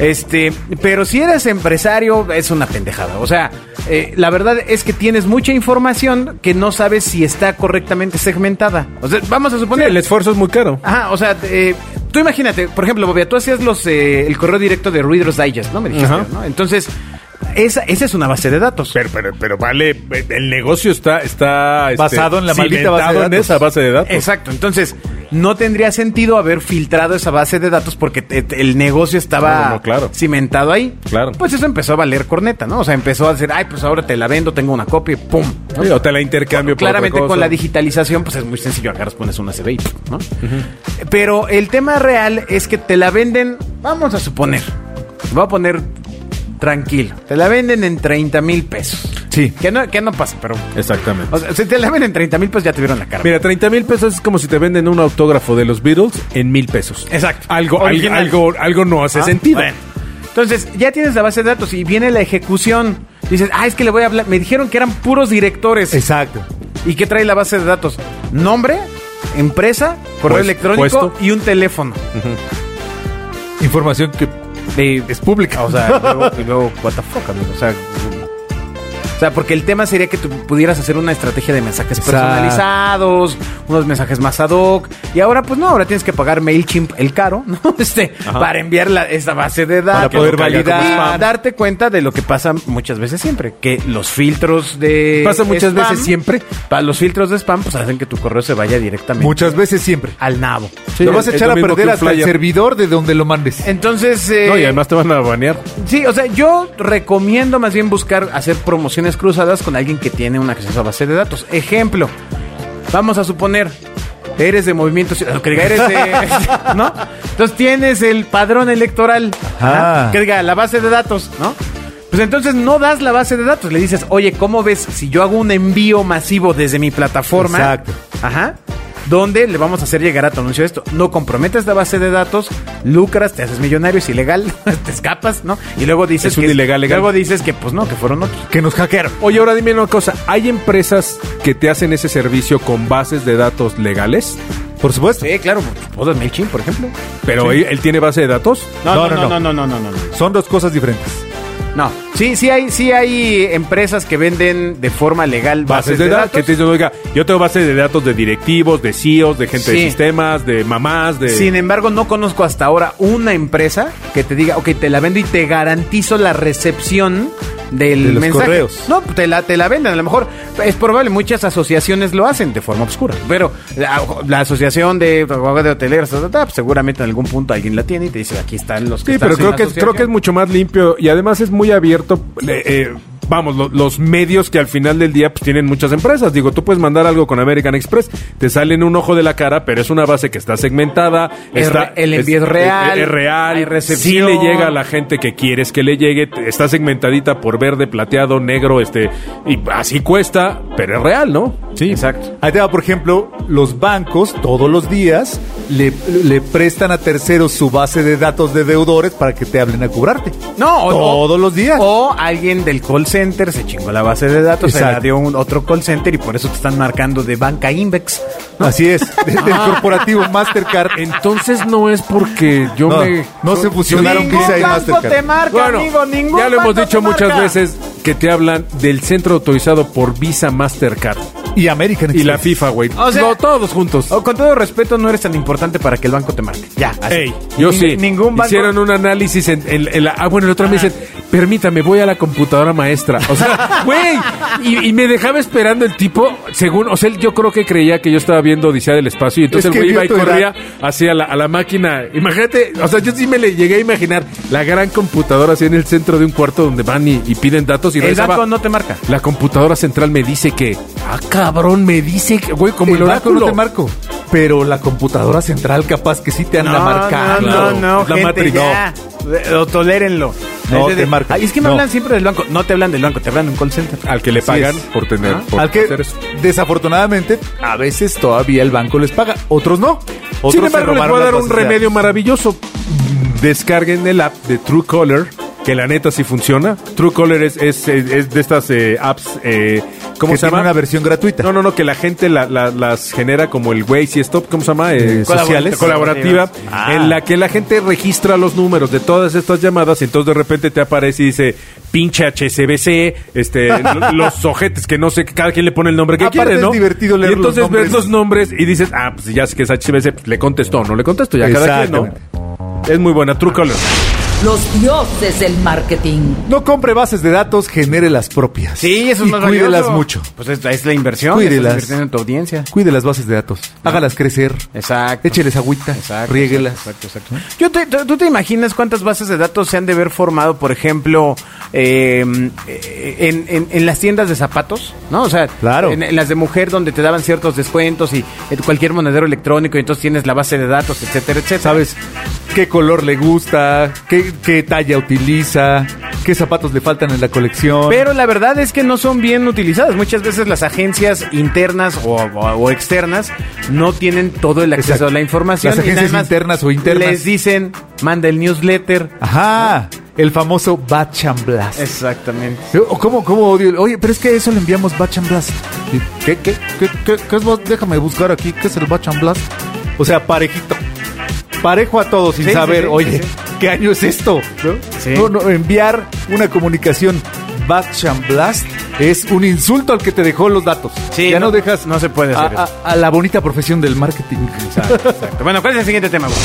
[SPEAKER 3] Este, pero si eres empresario, es una pendejada. O sea, eh, la verdad es que tienes mucha información que no sabes si está correctamente segmentada. O sea, vamos a
[SPEAKER 4] Sí,
[SPEAKER 3] suponer.
[SPEAKER 4] el esfuerzo es muy caro.
[SPEAKER 3] Ajá, o sea, eh, tú imagínate, por ejemplo, Bobia, tú hacías los, eh, el correo directo de Reader's Digest, ¿no? Me dijiste,
[SPEAKER 4] Ajá.
[SPEAKER 3] ¿no? Entonces, esa, esa es una base de datos.
[SPEAKER 4] Pero, pero, pero vale, el negocio está, está este,
[SPEAKER 5] Basado en la maldita base de
[SPEAKER 4] cimentado en
[SPEAKER 5] datos.
[SPEAKER 4] esa base de datos.
[SPEAKER 3] Exacto, entonces no tendría sentido haber filtrado esa base de datos porque te- te- el negocio estaba
[SPEAKER 4] No, no, no, claro.
[SPEAKER 3] cimentado ahí.
[SPEAKER 4] Claro.
[SPEAKER 3] Pues eso empezó a valer corneta, ¿no? O sea, empezó a decir, ay, pues ahora te la vendo, tengo una copia y ¡pum! ¿no?
[SPEAKER 4] Sí, o te la intercambio por
[SPEAKER 3] Claramente
[SPEAKER 4] otra cosa.
[SPEAKER 3] con la digitalización, pues es muy sencillo, agarras, pones una CB y ¡pum! ¿no? Pero el tema real es que te la venden, vamos a suponer, voy a poner tranquilo, te la venden en 30 mil pesos.
[SPEAKER 5] Sí.
[SPEAKER 3] Que no, que no pasa, pero...
[SPEAKER 4] Exactamente.
[SPEAKER 3] O sea, si te la venden en 30 mil pesos ya te vieron la cara.
[SPEAKER 4] Mira, 30 mil pesos es como si te venden un autógrafo de los Beatles en mil pesos.
[SPEAKER 3] Exacto.
[SPEAKER 4] Algo, algo,
[SPEAKER 3] Original.
[SPEAKER 4] algo, algo no hace
[SPEAKER 3] Ah,
[SPEAKER 4] sentido.
[SPEAKER 3] bueno. Entonces, ya tienes la base de datos y viene la ejecución. Dices, ah, es que le voy a hablar. Me dijeron que eran puros directores.
[SPEAKER 5] Exacto.
[SPEAKER 3] ¿Y qué trae la base de datos? Nombre, empresa, correo
[SPEAKER 4] Pues-
[SPEAKER 3] electrónico
[SPEAKER 4] puesto.
[SPEAKER 3] y un teléfono.
[SPEAKER 5] Información que
[SPEAKER 3] es pública. O sea, y luego, y luego, what the fuck, amigo. O sea, o sea, porque el tema sería que tú pudieras hacer una estrategia de mensajes
[SPEAKER 5] Exacto.
[SPEAKER 3] personalizados, unos mensajes más ad hoc. Y ahora, pues no, ahora tienes que pagar MailChimp el caro, ¿no? Este, para enviar la, esa base de datos.
[SPEAKER 4] Para
[SPEAKER 3] que
[SPEAKER 4] poder
[SPEAKER 3] no caiga
[SPEAKER 4] validar.
[SPEAKER 3] como spam. Y darte cuenta de lo que pasa muchas veces siempre. Que los filtros de.
[SPEAKER 4] Pasa muchas
[SPEAKER 3] spam,
[SPEAKER 4] veces siempre.
[SPEAKER 3] Para los filtros de spam, pues hacen que tu correo se vaya directamente
[SPEAKER 5] muchas veces siempre.
[SPEAKER 3] al nabo.
[SPEAKER 4] Sí,
[SPEAKER 5] lo vas a
[SPEAKER 4] es
[SPEAKER 5] echar
[SPEAKER 4] lo
[SPEAKER 5] a
[SPEAKER 4] mismo que
[SPEAKER 5] perder
[SPEAKER 4] un
[SPEAKER 5] hasta el
[SPEAKER 4] flyer.
[SPEAKER 5] servidor de donde lo mandes.
[SPEAKER 3] Entonces. eh,
[SPEAKER 4] No, y además te van a banear.
[SPEAKER 3] Sí, o sea, yo recomiendo más bien buscar hacer promociones cruzadas con alguien que tiene un acceso a base de datos. Ejemplo, vamos a suponer, eres de Movimiento Ciudadano, que diga, eres de... ¿No? Entonces tienes el padrón electoral,
[SPEAKER 5] Ajá.
[SPEAKER 3] ¿no? que diga, la base de datos, ¿no? Pues entonces no das la base de datos, le dices, oye, ¿cómo ves si yo hago un envío masivo desde mi plataforma?
[SPEAKER 5] Exacto.
[SPEAKER 3] Ajá. ¿Dónde le vamos a hacer llegar a tu anuncio esto? No comprometes la base de datos, lucras, te haces millonario, es ilegal, te escapas, ¿no? Y luego dices
[SPEAKER 4] Es un
[SPEAKER 3] que
[SPEAKER 4] ilegal legal.
[SPEAKER 3] Luego dices que pues no, que fueron otros.
[SPEAKER 5] Que nos hackearon.
[SPEAKER 4] Oye, ahora dime una cosa. ¿Hay empresas que te hacen ese servicio con bases de datos legales?
[SPEAKER 5] Por supuesto.
[SPEAKER 3] Sí, claro, todas MailChimp, por ejemplo.
[SPEAKER 4] Pero él, él tiene base de datos.
[SPEAKER 5] No, no, no,
[SPEAKER 3] no, no, no, no.
[SPEAKER 5] Son dos cosas diferentes.
[SPEAKER 3] No. Sí, sí hay, sí hay empresas que venden de forma legal
[SPEAKER 4] Bases de, datos. Que te dicen, oiga, yo tengo base de datos de directivos, de CEOs, de gente
[SPEAKER 3] Sí.
[SPEAKER 4] de sistemas, de mamás, de...
[SPEAKER 3] Sin embargo, no conozco hasta ahora una empresa que te diga, ok, te la vendo y te garantizo la recepción del
[SPEAKER 5] De los
[SPEAKER 3] mensaje.
[SPEAKER 5] correos.
[SPEAKER 3] No, te la, te la venden. A lo mejor es probable, muchas asociaciones lo hacen de forma oscura. Pero la, la asociación de, de hoteleros, ta, ta, ta, pues, seguramente en algún punto alguien la tiene y te dice, aquí están los que
[SPEAKER 4] Sí,
[SPEAKER 3] están
[SPEAKER 4] pero
[SPEAKER 3] en
[SPEAKER 4] creo
[SPEAKER 3] la
[SPEAKER 4] que, creo
[SPEAKER 3] asociación.
[SPEAKER 4] que es mucho más limpio y además es muy abierto. le- eh, vamos, lo- los medios que al final del día pues, tienen muchas empresas. Digo, tú puedes mandar algo con American Express, te sale en un ojo de la cara, pero es una base que está segmentada.
[SPEAKER 3] Es
[SPEAKER 4] está- eh,
[SPEAKER 3] re- el envío es real,
[SPEAKER 4] Es, es real.
[SPEAKER 3] hay recepción.
[SPEAKER 4] Sí le llega a la gente que quieres que le llegue. te- Está segmentadita por verde, plateado, negro, este. Y así cuesta, pero es real, ¿no?
[SPEAKER 5] Sí.
[SPEAKER 3] Exacto.
[SPEAKER 5] Ahí te va, por ejemplo, los bancos todos los días le, le prestan a terceros su base de datos de deudores para que te hablen a cobrarte.
[SPEAKER 3] No, o-
[SPEAKER 5] Todos los días.
[SPEAKER 3] O alguien del call center se chingó la base de datos, se la
[SPEAKER 5] Exacto.
[SPEAKER 3] dio un otro call center y por eso te están marcando de banca Invex.
[SPEAKER 5] Así es, de- del corporativo Mastercard.
[SPEAKER 4] Entonces no es porque yo
[SPEAKER 5] No,
[SPEAKER 4] me.
[SPEAKER 5] no se fusionaron
[SPEAKER 3] Ningún
[SPEAKER 5] Visa y
[SPEAKER 3] banco
[SPEAKER 5] Mastercard.
[SPEAKER 3] te marca, amigo, ningún
[SPEAKER 4] ya lo hemos
[SPEAKER 3] banco
[SPEAKER 4] dicho
[SPEAKER 3] te
[SPEAKER 4] muchas
[SPEAKER 3] marca.
[SPEAKER 4] veces que te hablan del centro autorizado por Visa Mastercard
[SPEAKER 5] Y American
[SPEAKER 4] y la
[SPEAKER 5] Express.
[SPEAKER 4] FIFA, güey.
[SPEAKER 3] O sea-
[SPEAKER 4] No, todos juntos.
[SPEAKER 3] O Oh, con todo respeto, no eres tan importante para que el banco te marque. Ya, así.
[SPEAKER 4] Ey, yo
[SPEAKER 3] Ni-
[SPEAKER 4] sí.
[SPEAKER 3] Ningún banco.
[SPEAKER 4] Hicieron un análisis en, en- en la... Ah, bueno, el otro me dicen, permítame, voy a la computadora maestra. O sea, güey. Y, y me dejaba esperando el tipo, según... O sea, él yo creo que creía que yo estaba viendo Odisea del Espacio y entonces
[SPEAKER 5] Es que
[SPEAKER 4] el güey iba
[SPEAKER 5] vio
[SPEAKER 4] y
[SPEAKER 5] tu
[SPEAKER 4] corría
[SPEAKER 5] edad.
[SPEAKER 4] hacia la, a la máquina. Imagínate, o sea, yo sí me le llegué a imaginar la gran computadora así en el centro de un cuarto donde van y, y piden datos y
[SPEAKER 3] El
[SPEAKER 4] regresaba-
[SPEAKER 3] banco no te marca.
[SPEAKER 4] La computadora central me dice que... Ah, cabrón, me dice que... Güey, como el,
[SPEAKER 5] el banco
[SPEAKER 4] oráculo.
[SPEAKER 5] no te marco. Pero la computadora central capaz que sí te anda marcando.
[SPEAKER 3] No, no, no,
[SPEAKER 4] Es la
[SPEAKER 3] gente,
[SPEAKER 4] Matrix.
[SPEAKER 3] ya. O tolérenlo.
[SPEAKER 5] No,
[SPEAKER 3] Es de-
[SPEAKER 5] te
[SPEAKER 3] de-
[SPEAKER 5] marca.
[SPEAKER 3] Ay, es que me
[SPEAKER 5] No.
[SPEAKER 3] hablan siempre del banco. No te hablan del banco, te hablan de un call center.
[SPEAKER 4] Al que le
[SPEAKER 5] Así
[SPEAKER 4] pagan
[SPEAKER 5] es.
[SPEAKER 4] por tener... por
[SPEAKER 5] Al que
[SPEAKER 4] hacer eso.
[SPEAKER 5] desafortunadamente a veces todavía el banco les paga, otros no. Otros
[SPEAKER 4] Sin
[SPEAKER 5] se
[SPEAKER 4] embargo, les
[SPEAKER 5] robaron
[SPEAKER 4] voy a dar
[SPEAKER 5] las
[SPEAKER 4] un
[SPEAKER 5] bases de
[SPEAKER 4] remedio
[SPEAKER 5] datos.
[SPEAKER 4] maravilloso. Descarguen el app de Truecaller, que la neta sí funciona. Truecaller es, es, es de estas eh, apps, eh, ¿cómo
[SPEAKER 5] que
[SPEAKER 4] se
[SPEAKER 5] tiene
[SPEAKER 4] llama?
[SPEAKER 5] una versión gratuita.
[SPEAKER 4] No, no, no, que la gente la- la- las genera como el Waze y Stop, ¿cómo se llama? Eh,
[SPEAKER 5] Eh, sociales.
[SPEAKER 4] Colaborativa,
[SPEAKER 5] Ah.
[SPEAKER 4] en la que la gente registra los números de todas estas llamadas y entonces de repente te aparece y dice, pinche HCBC, este, lo- los ojetes que no sé, cada quien le pone el nombre que
[SPEAKER 5] Aparte
[SPEAKER 4] quiere,
[SPEAKER 5] es
[SPEAKER 4] ¿no?
[SPEAKER 5] divertido leer
[SPEAKER 4] y
[SPEAKER 5] los
[SPEAKER 4] entonces ves
[SPEAKER 5] nombres.
[SPEAKER 4] los nombres y dices, ah, pues ya sé que es HCBC, pues, le contesto, no le contesto, ya cada quien,
[SPEAKER 5] Exactamente.
[SPEAKER 4] ¿no? Es muy buena, Truecaller.
[SPEAKER 2] Los dioses del marketing.
[SPEAKER 5] No compre bases de datos, genere las propias.
[SPEAKER 3] Sí, eso es
[SPEAKER 5] y
[SPEAKER 3] más valioso.
[SPEAKER 5] Cuídelas mucho.
[SPEAKER 3] Pues es, es la inversión.
[SPEAKER 5] Cuídelas.
[SPEAKER 3] Estás invirtiendo en tu audiencia.
[SPEAKER 5] Cuide las bases de datos. Hágalas crecer.
[SPEAKER 3] Exacto.
[SPEAKER 5] Écheles agüita.
[SPEAKER 3] Eh. Exacto,
[SPEAKER 5] riéguelas.
[SPEAKER 3] Exacto, exacto. exacto. Yo te- te- ¿Tú te imaginas cuántas bases de datos se han de haber formado, por ejemplo, eh, en, en- en las tiendas de zapatos? ¿No? O sea,
[SPEAKER 5] Claro.
[SPEAKER 3] en, en las de mujer donde te daban ciertos descuentos y en cualquier monedero electrónico y entonces tienes la base de datos, etcétera, etcétera.
[SPEAKER 5] Sabes qué color le gusta, qué, qué talla utiliza, qué zapatos le faltan en la colección.
[SPEAKER 3] Pero la verdad es que no son bien utilizadas. Muchas veces las agencias internas o, o- o externas no tienen todo el acceso
[SPEAKER 5] Exacto.
[SPEAKER 3] a la información.
[SPEAKER 5] Las
[SPEAKER 3] y nada
[SPEAKER 5] agencias
[SPEAKER 3] más
[SPEAKER 5] internas o internas.
[SPEAKER 3] Les dicen, manda el newsletter.
[SPEAKER 5] Ajá, el famoso Batch and Blast.
[SPEAKER 3] Exactamente.
[SPEAKER 5] O oh, ¿Cómo, cómo odio? el- Oye, pero es que eso le enviamos Batch and Blast. ¿Y ¿Qué, qué, qué, qué, qué es? Bat- Déjame buscar aquí, ¿qué es el Batch and Blast? O sea, parejito. Parejo a todos sin
[SPEAKER 3] Sí, sí,
[SPEAKER 5] saber,
[SPEAKER 3] sí,
[SPEAKER 5] oye,
[SPEAKER 3] sí,
[SPEAKER 5] ¿qué año es esto? ¿No?
[SPEAKER 3] Sí.
[SPEAKER 5] No, no, enviar una comunicación Batch and Blast es un insulto al que te dejó los datos.
[SPEAKER 3] Sí,
[SPEAKER 5] ya no,
[SPEAKER 3] no-
[SPEAKER 5] dejas
[SPEAKER 3] no se puede hacer
[SPEAKER 5] a, a- a la bonita profesión del marketing.
[SPEAKER 3] Exacto. Bueno, ¿cuál es el siguiente tema? güey?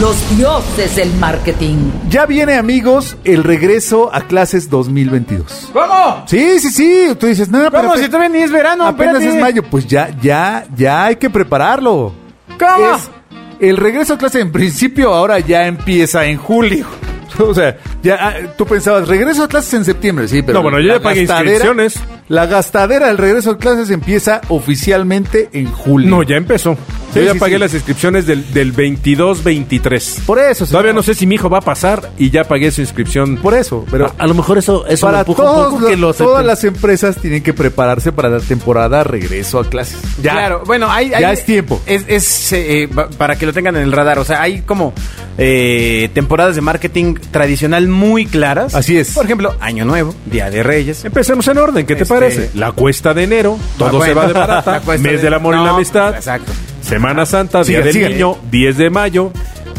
[SPEAKER 2] Los dioses del marketing.
[SPEAKER 5] Ya viene, amigos, el regreso a clases 2022. ¿Cómo? Sí, sí, sí. Tú dices, no, pero.
[SPEAKER 3] ¿Cómo? Si todavía ni es verano,
[SPEAKER 5] apenas
[SPEAKER 3] espérate.
[SPEAKER 5] es mayo. Pues ya, ya, ya hay que prepararlo.
[SPEAKER 3] ¿Cómo?
[SPEAKER 5] Es el regreso a clase, en principio, ahora ya empieza en julio. O sea, ya ah, tú pensabas, regreso a clases en septiembre, sí, pero.
[SPEAKER 4] No, bueno, yo ya
[SPEAKER 5] la
[SPEAKER 4] pagué
[SPEAKER 5] gastadera-
[SPEAKER 4] inscripciones.
[SPEAKER 5] La gastadera del regreso a clases empieza oficialmente en julio.
[SPEAKER 4] No, ya empezó.
[SPEAKER 5] Sí,
[SPEAKER 4] Yo ya
[SPEAKER 5] sí,
[SPEAKER 4] pagué
[SPEAKER 5] sí.
[SPEAKER 4] las inscripciones del, del 22-23.
[SPEAKER 5] Por eso, señor.
[SPEAKER 4] Todavía no sé si mi hijo va a pasar y ya pagué su inscripción.
[SPEAKER 5] Por eso, pero.
[SPEAKER 4] a, a lo mejor eso, eso me
[SPEAKER 5] para
[SPEAKER 4] empuja un
[SPEAKER 5] todos
[SPEAKER 4] poco
[SPEAKER 5] los-
[SPEAKER 4] que lo acepten.
[SPEAKER 5] todas las empresas tienen que prepararse para la temporada regreso a clases. Ya.
[SPEAKER 3] Claro, bueno, hay,
[SPEAKER 5] Ya
[SPEAKER 3] hay-
[SPEAKER 5] es tiempo.
[SPEAKER 3] Es, es, eh, pa- para que lo tengan en el radar. O sea, hay como eh, temporadas de marketing tradicional muy claras.
[SPEAKER 5] Así es.
[SPEAKER 3] Por ejemplo, Año Nuevo, Día de Reyes.
[SPEAKER 4] Empecemos en orden, ¿qué te
[SPEAKER 3] Este-
[SPEAKER 4] parece? La cuesta de enero, todo
[SPEAKER 3] bueno,
[SPEAKER 4] se va de
[SPEAKER 3] la
[SPEAKER 4] barata,
[SPEAKER 3] cuesta
[SPEAKER 4] mes
[SPEAKER 3] de-
[SPEAKER 4] del amor y
[SPEAKER 3] no,
[SPEAKER 4] la amistad,
[SPEAKER 3] exacto.
[SPEAKER 4] Semana Santa,
[SPEAKER 5] Sigue,
[SPEAKER 4] Día del
[SPEAKER 5] sigue.
[SPEAKER 4] Niño, 10 de mayo,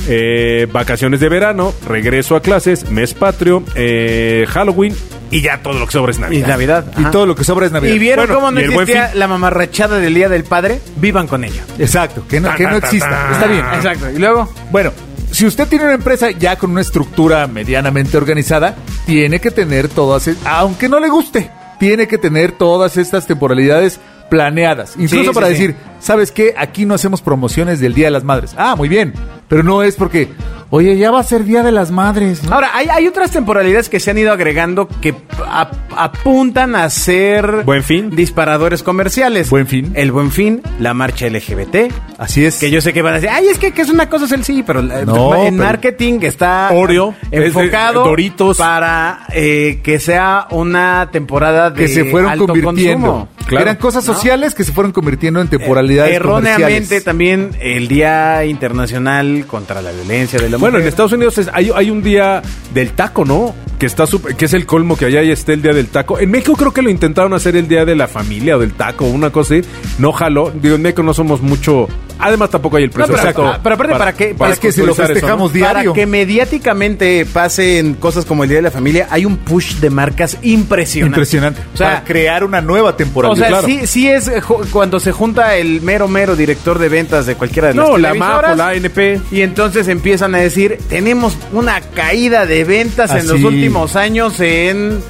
[SPEAKER 4] eh, vacaciones de verano, regreso a clases, mes patrio, eh, Halloween y ya todo lo que sobra es
[SPEAKER 3] Y
[SPEAKER 4] Navidad.
[SPEAKER 3] Navidad.
[SPEAKER 5] Y
[SPEAKER 3] ajá.
[SPEAKER 5] todo lo que sobra es Navidad.
[SPEAKER 3] ¿Y vieron
[SPEAKER 4] Bueno,
[SPEAKER 3] cómo no
[SPEAKER 4] y el Buen
[SPEAKER 3] existía la mamarrachada del Día del Padre? Vivan con ella.
[SPEAKER 5] Exacto, que no, que no exista. Está bien.
[SPEAKER 3] Exacto. Y luego,
[SPEAKER 5] Bueno, si usted tiene una empresa ya con una estructura medianamente organizada, tiene que tener todas, e- aunque no le guste, tiene que tener todas estas temporalidades planeadas. Incluso
[SPEAKER 3] sí,
[SPEAKER 5] para
[SPEAKER 3] sí.
[SPEAKER 5] decir, ¿sabes qué? Aquí no hacemos promociones del Día de las Madres. Ah, muy bien. Pero no es porque, Oye, ya va a ser Día de las Madres. ¿no?
[SPEAKER 3] Ahora, hay, hay otras temporalidades que se han ido agregando que ap- apuntan a ser
[SPEAKER 4] Buen Fin.
[SPEAKER 3] disparadores comerciales.
[SPEAKER 5] Buen Fin.
[SPEAKER 3] El buen fin, la marcha LGBT.
[SPEAKER 5] Así es.
[SPEAKER 3] Que yo sé que van a decir, ay, es que, que es una cosa, es el sí, pero eh,
[SPEAKER 5] No,
[SPEAKER 3] en
[SPEAKER 5] pero-
[SPEAKER 3] marketing está
[SPEAKER 4] Oreo,
[SPEAKER 3] enfocado
[SPEAKER 4] es de- Doritos.
[SPEAKER 3] para eh, que sea una temporada de
[SPEAKER 5] que se fueron
[SPEAKER 3] alto
[SPEAKER 5] convirtiendo.
[SPEAKER 3] consumo.
[SPEAKER 4] Claro.
[SPEAKER 5] Eran cosas
[SPEAKER 3] ¿No? eh,
[SPEAKER 5] sociales que se fueron convirtiendo en temporalidades
[SPEAKER 3] Erróneamente
[SPEAKER 5] comerciales.
[SPEAKER 3] también el Día Internacional contra la Violencia de la
[SPEAKER 4] Bueno, en este
[SPEAKER 3] Mujer.
[SPEAKER 4] Estados Unidos es- hay, hay un día del taco, ¿no? Que está sup- que es el colmo que allá ya esté el día del taco. En México creo que lo intentaron hacer el día de la familia o del taco, una cosa así. No jaló. Digo, en México no somos mucho. Además tampoco hay el precio
[SPEAKER 3] pero-
[SPEAKER 4] exacto.
[SPEAKER 3] ah, pero aparte, ¿para qué? Para
[SPEAKER 5] Es que si lo
[SPEAKER 4] culturizar eso, ¿no?
[SPEAKER 5] festejamos diario.
[SPEAKER 3] Para que mediáticamente pasen cosas como el Día de la Familia, hay un push de marcas impresionante.
[SPEAKER 5] Impresionante.
[SPEAKER 3] O sea,
[SPEAKER 5] para crear una nueva temporalidad.
[SPEAKER 3] o sea,
[SPEAKER 4] claro.
[SPEAKER 3] sí, sí es eh, ju- cuando se junta el mero mero director de ventas de cualquiera de las
[SPEAKER 4] No, la
[SPEAKER 3] televisoras,
[SPEAKER 4] MAPO, la ANP.
[SPEAKER 3] y entonces empiezan a decir, tenemos una caída de ventas en los
[SPEAKER 5] Así.
[SPEAKER 3] últimos años en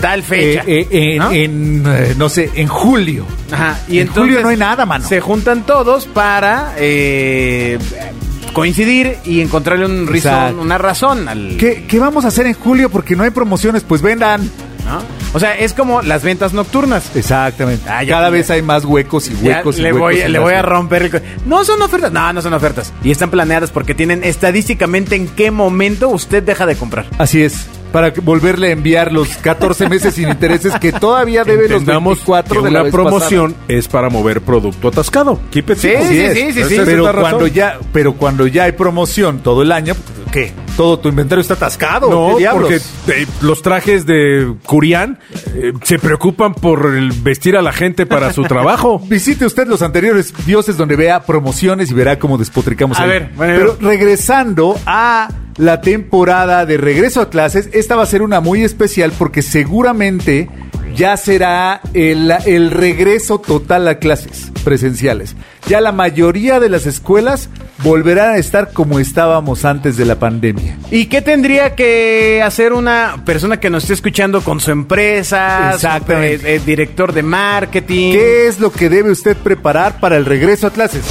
[SPEAKER 3] tal
[SPEAKER 5] Eh,
[SPEAKER 3] fecha.
[SPEAKER 5] eh, en,
[SPEAKER 3] ¿no?
[SPEAKER 5] en, eh, no sé, en julio.
[SPEAKER 3] Ajá, y
[SPEAKER 5] En
[SPEAKER 3] entonces
[SPEAKER 5] julio no hay nada, mano.
[SPEAKER 3] Se juntan todos para eh, coincidir y encontrarle un reason-
[SPEAKER 5] Exacto.
[SPEAKER 3] una razón al
[SPEAKER 5] ¿Qué, qué vamos a hacer en julio? Porque no hay promociones, pues vendan.
[SPEAKER 3] ¿no? O sea, es como las ventas nocturnas.
[SPEAKER 5] Exactamente.
[SPEAKER 3] Ah, ya
[SPEAKER 5] Cada
[SPEAKER 3] tiene-
[SPEAKER 5] vez hay más huecos y
[SPEAKER 3] Ya
[SPEAKER 5] huecos y
[SPEAKER 3] le
[SPEAKER 5] huecos
[SPEAKER 3] voy,
[SPEAKER 5] y
[SPEAKER 3] le
[SPEAKER 5] más
[SPEAKER 3] voy a
[SPEAKER 5] huecos.
[SPEAKER 3] romper el... co- No son ofertas. No, no son ofertas. Y están planeadas porque tienen estadísticamente en qué momento usted deja de comprar.
[SPEAKER 5] Así es. Para que- volverle a enviar los 14 meses sin intereses que todavía debe los
[SPEAKER 4] Entendamos
[SPEAKER 5] 24
[SPEAKER 4] que
[SPEAKER 5] de la
[SPEAKER 4] una
[SPEAKER 5] vez
[SPEAKER 4] promoción es para mover producto atascado. Keep it
[SPEAKER 3] Sí,
[SPEAKER 4] simple.
[SPEAKER 3] sí, sí,
[SPEAKER 4] Así es.
[SPEAKER 3] sí, sí.
[SPEAKER 4] Esa es
[SPEAKER 5] pero
[SPEAKER 4] la razón.
[SPEAKER 5] cuando ya pero cuando ya hay promoción todo el año pues, qué todo tu inventario está atascado
[SPEAKER 4] No,
[SPEAKER 5] ¿qué diablos?
[SPEAKER 4] porque eh, los trajes de Curián eh, se preocupan por el vestir a la gente para su trabajo.
[SPEAKER 5] Visite usted los anteriores dioses donde vea promociones y verá cómo despotricamos.
[SPEAKER 3] A
[SPEAKER 5] ahí.
[SPEAKER 3] ver, bueno,
[SPEAKER 5] pero regresando a la temporada de regreso a clases, esta va a ser una muy especial porque seguramente ya será el, el regreso total a clases presenciales. Ya la mayoría de las escuelas volverán a estar como estábamos antes de la pandemia.
[SPEAKER 3] ¿Y qué tendría que hacer una persona que nos esté escuchando con su empresa? su,
[SPEAKER 5] Exactamente.
[SPEAKER 3] eh, eh, director de marketing.
[SPEAKER 5] ¿Qué es lo que debe usted preparar para el regreso a clases?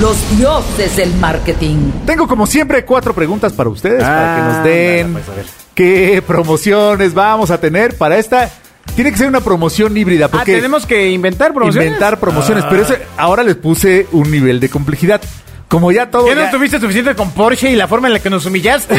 [SPEAKER 2] Los dioses del marketing.
[SPEAKER 5] Tengo como siempre cuatro preguntas para ustedes, para que nos
[SPEAKER 3] Ah,
[SPEAKER 5] den
[SPEAKER 3] ándale, pues, a ver.
[SPEAKER 5] qué promociones vamos a tener para esta. Tiene que ser una promoción híbrida,
[SPEAKER 3] Ah,
[SPEAKER 5] porque
[SPEAKER 3] tenemos que inventar promociones. Ah.
[SPEAKER 5] inventar promociones, pero eso, ahora les puse un nivel de complejidad. Como ya todo,
[SPEAKER 3] ¿Ya no
[SPEAKER 5] ya-
[SPEAKER 3] tuviste suficiente con Porsche y la forma en la que nos humillaste?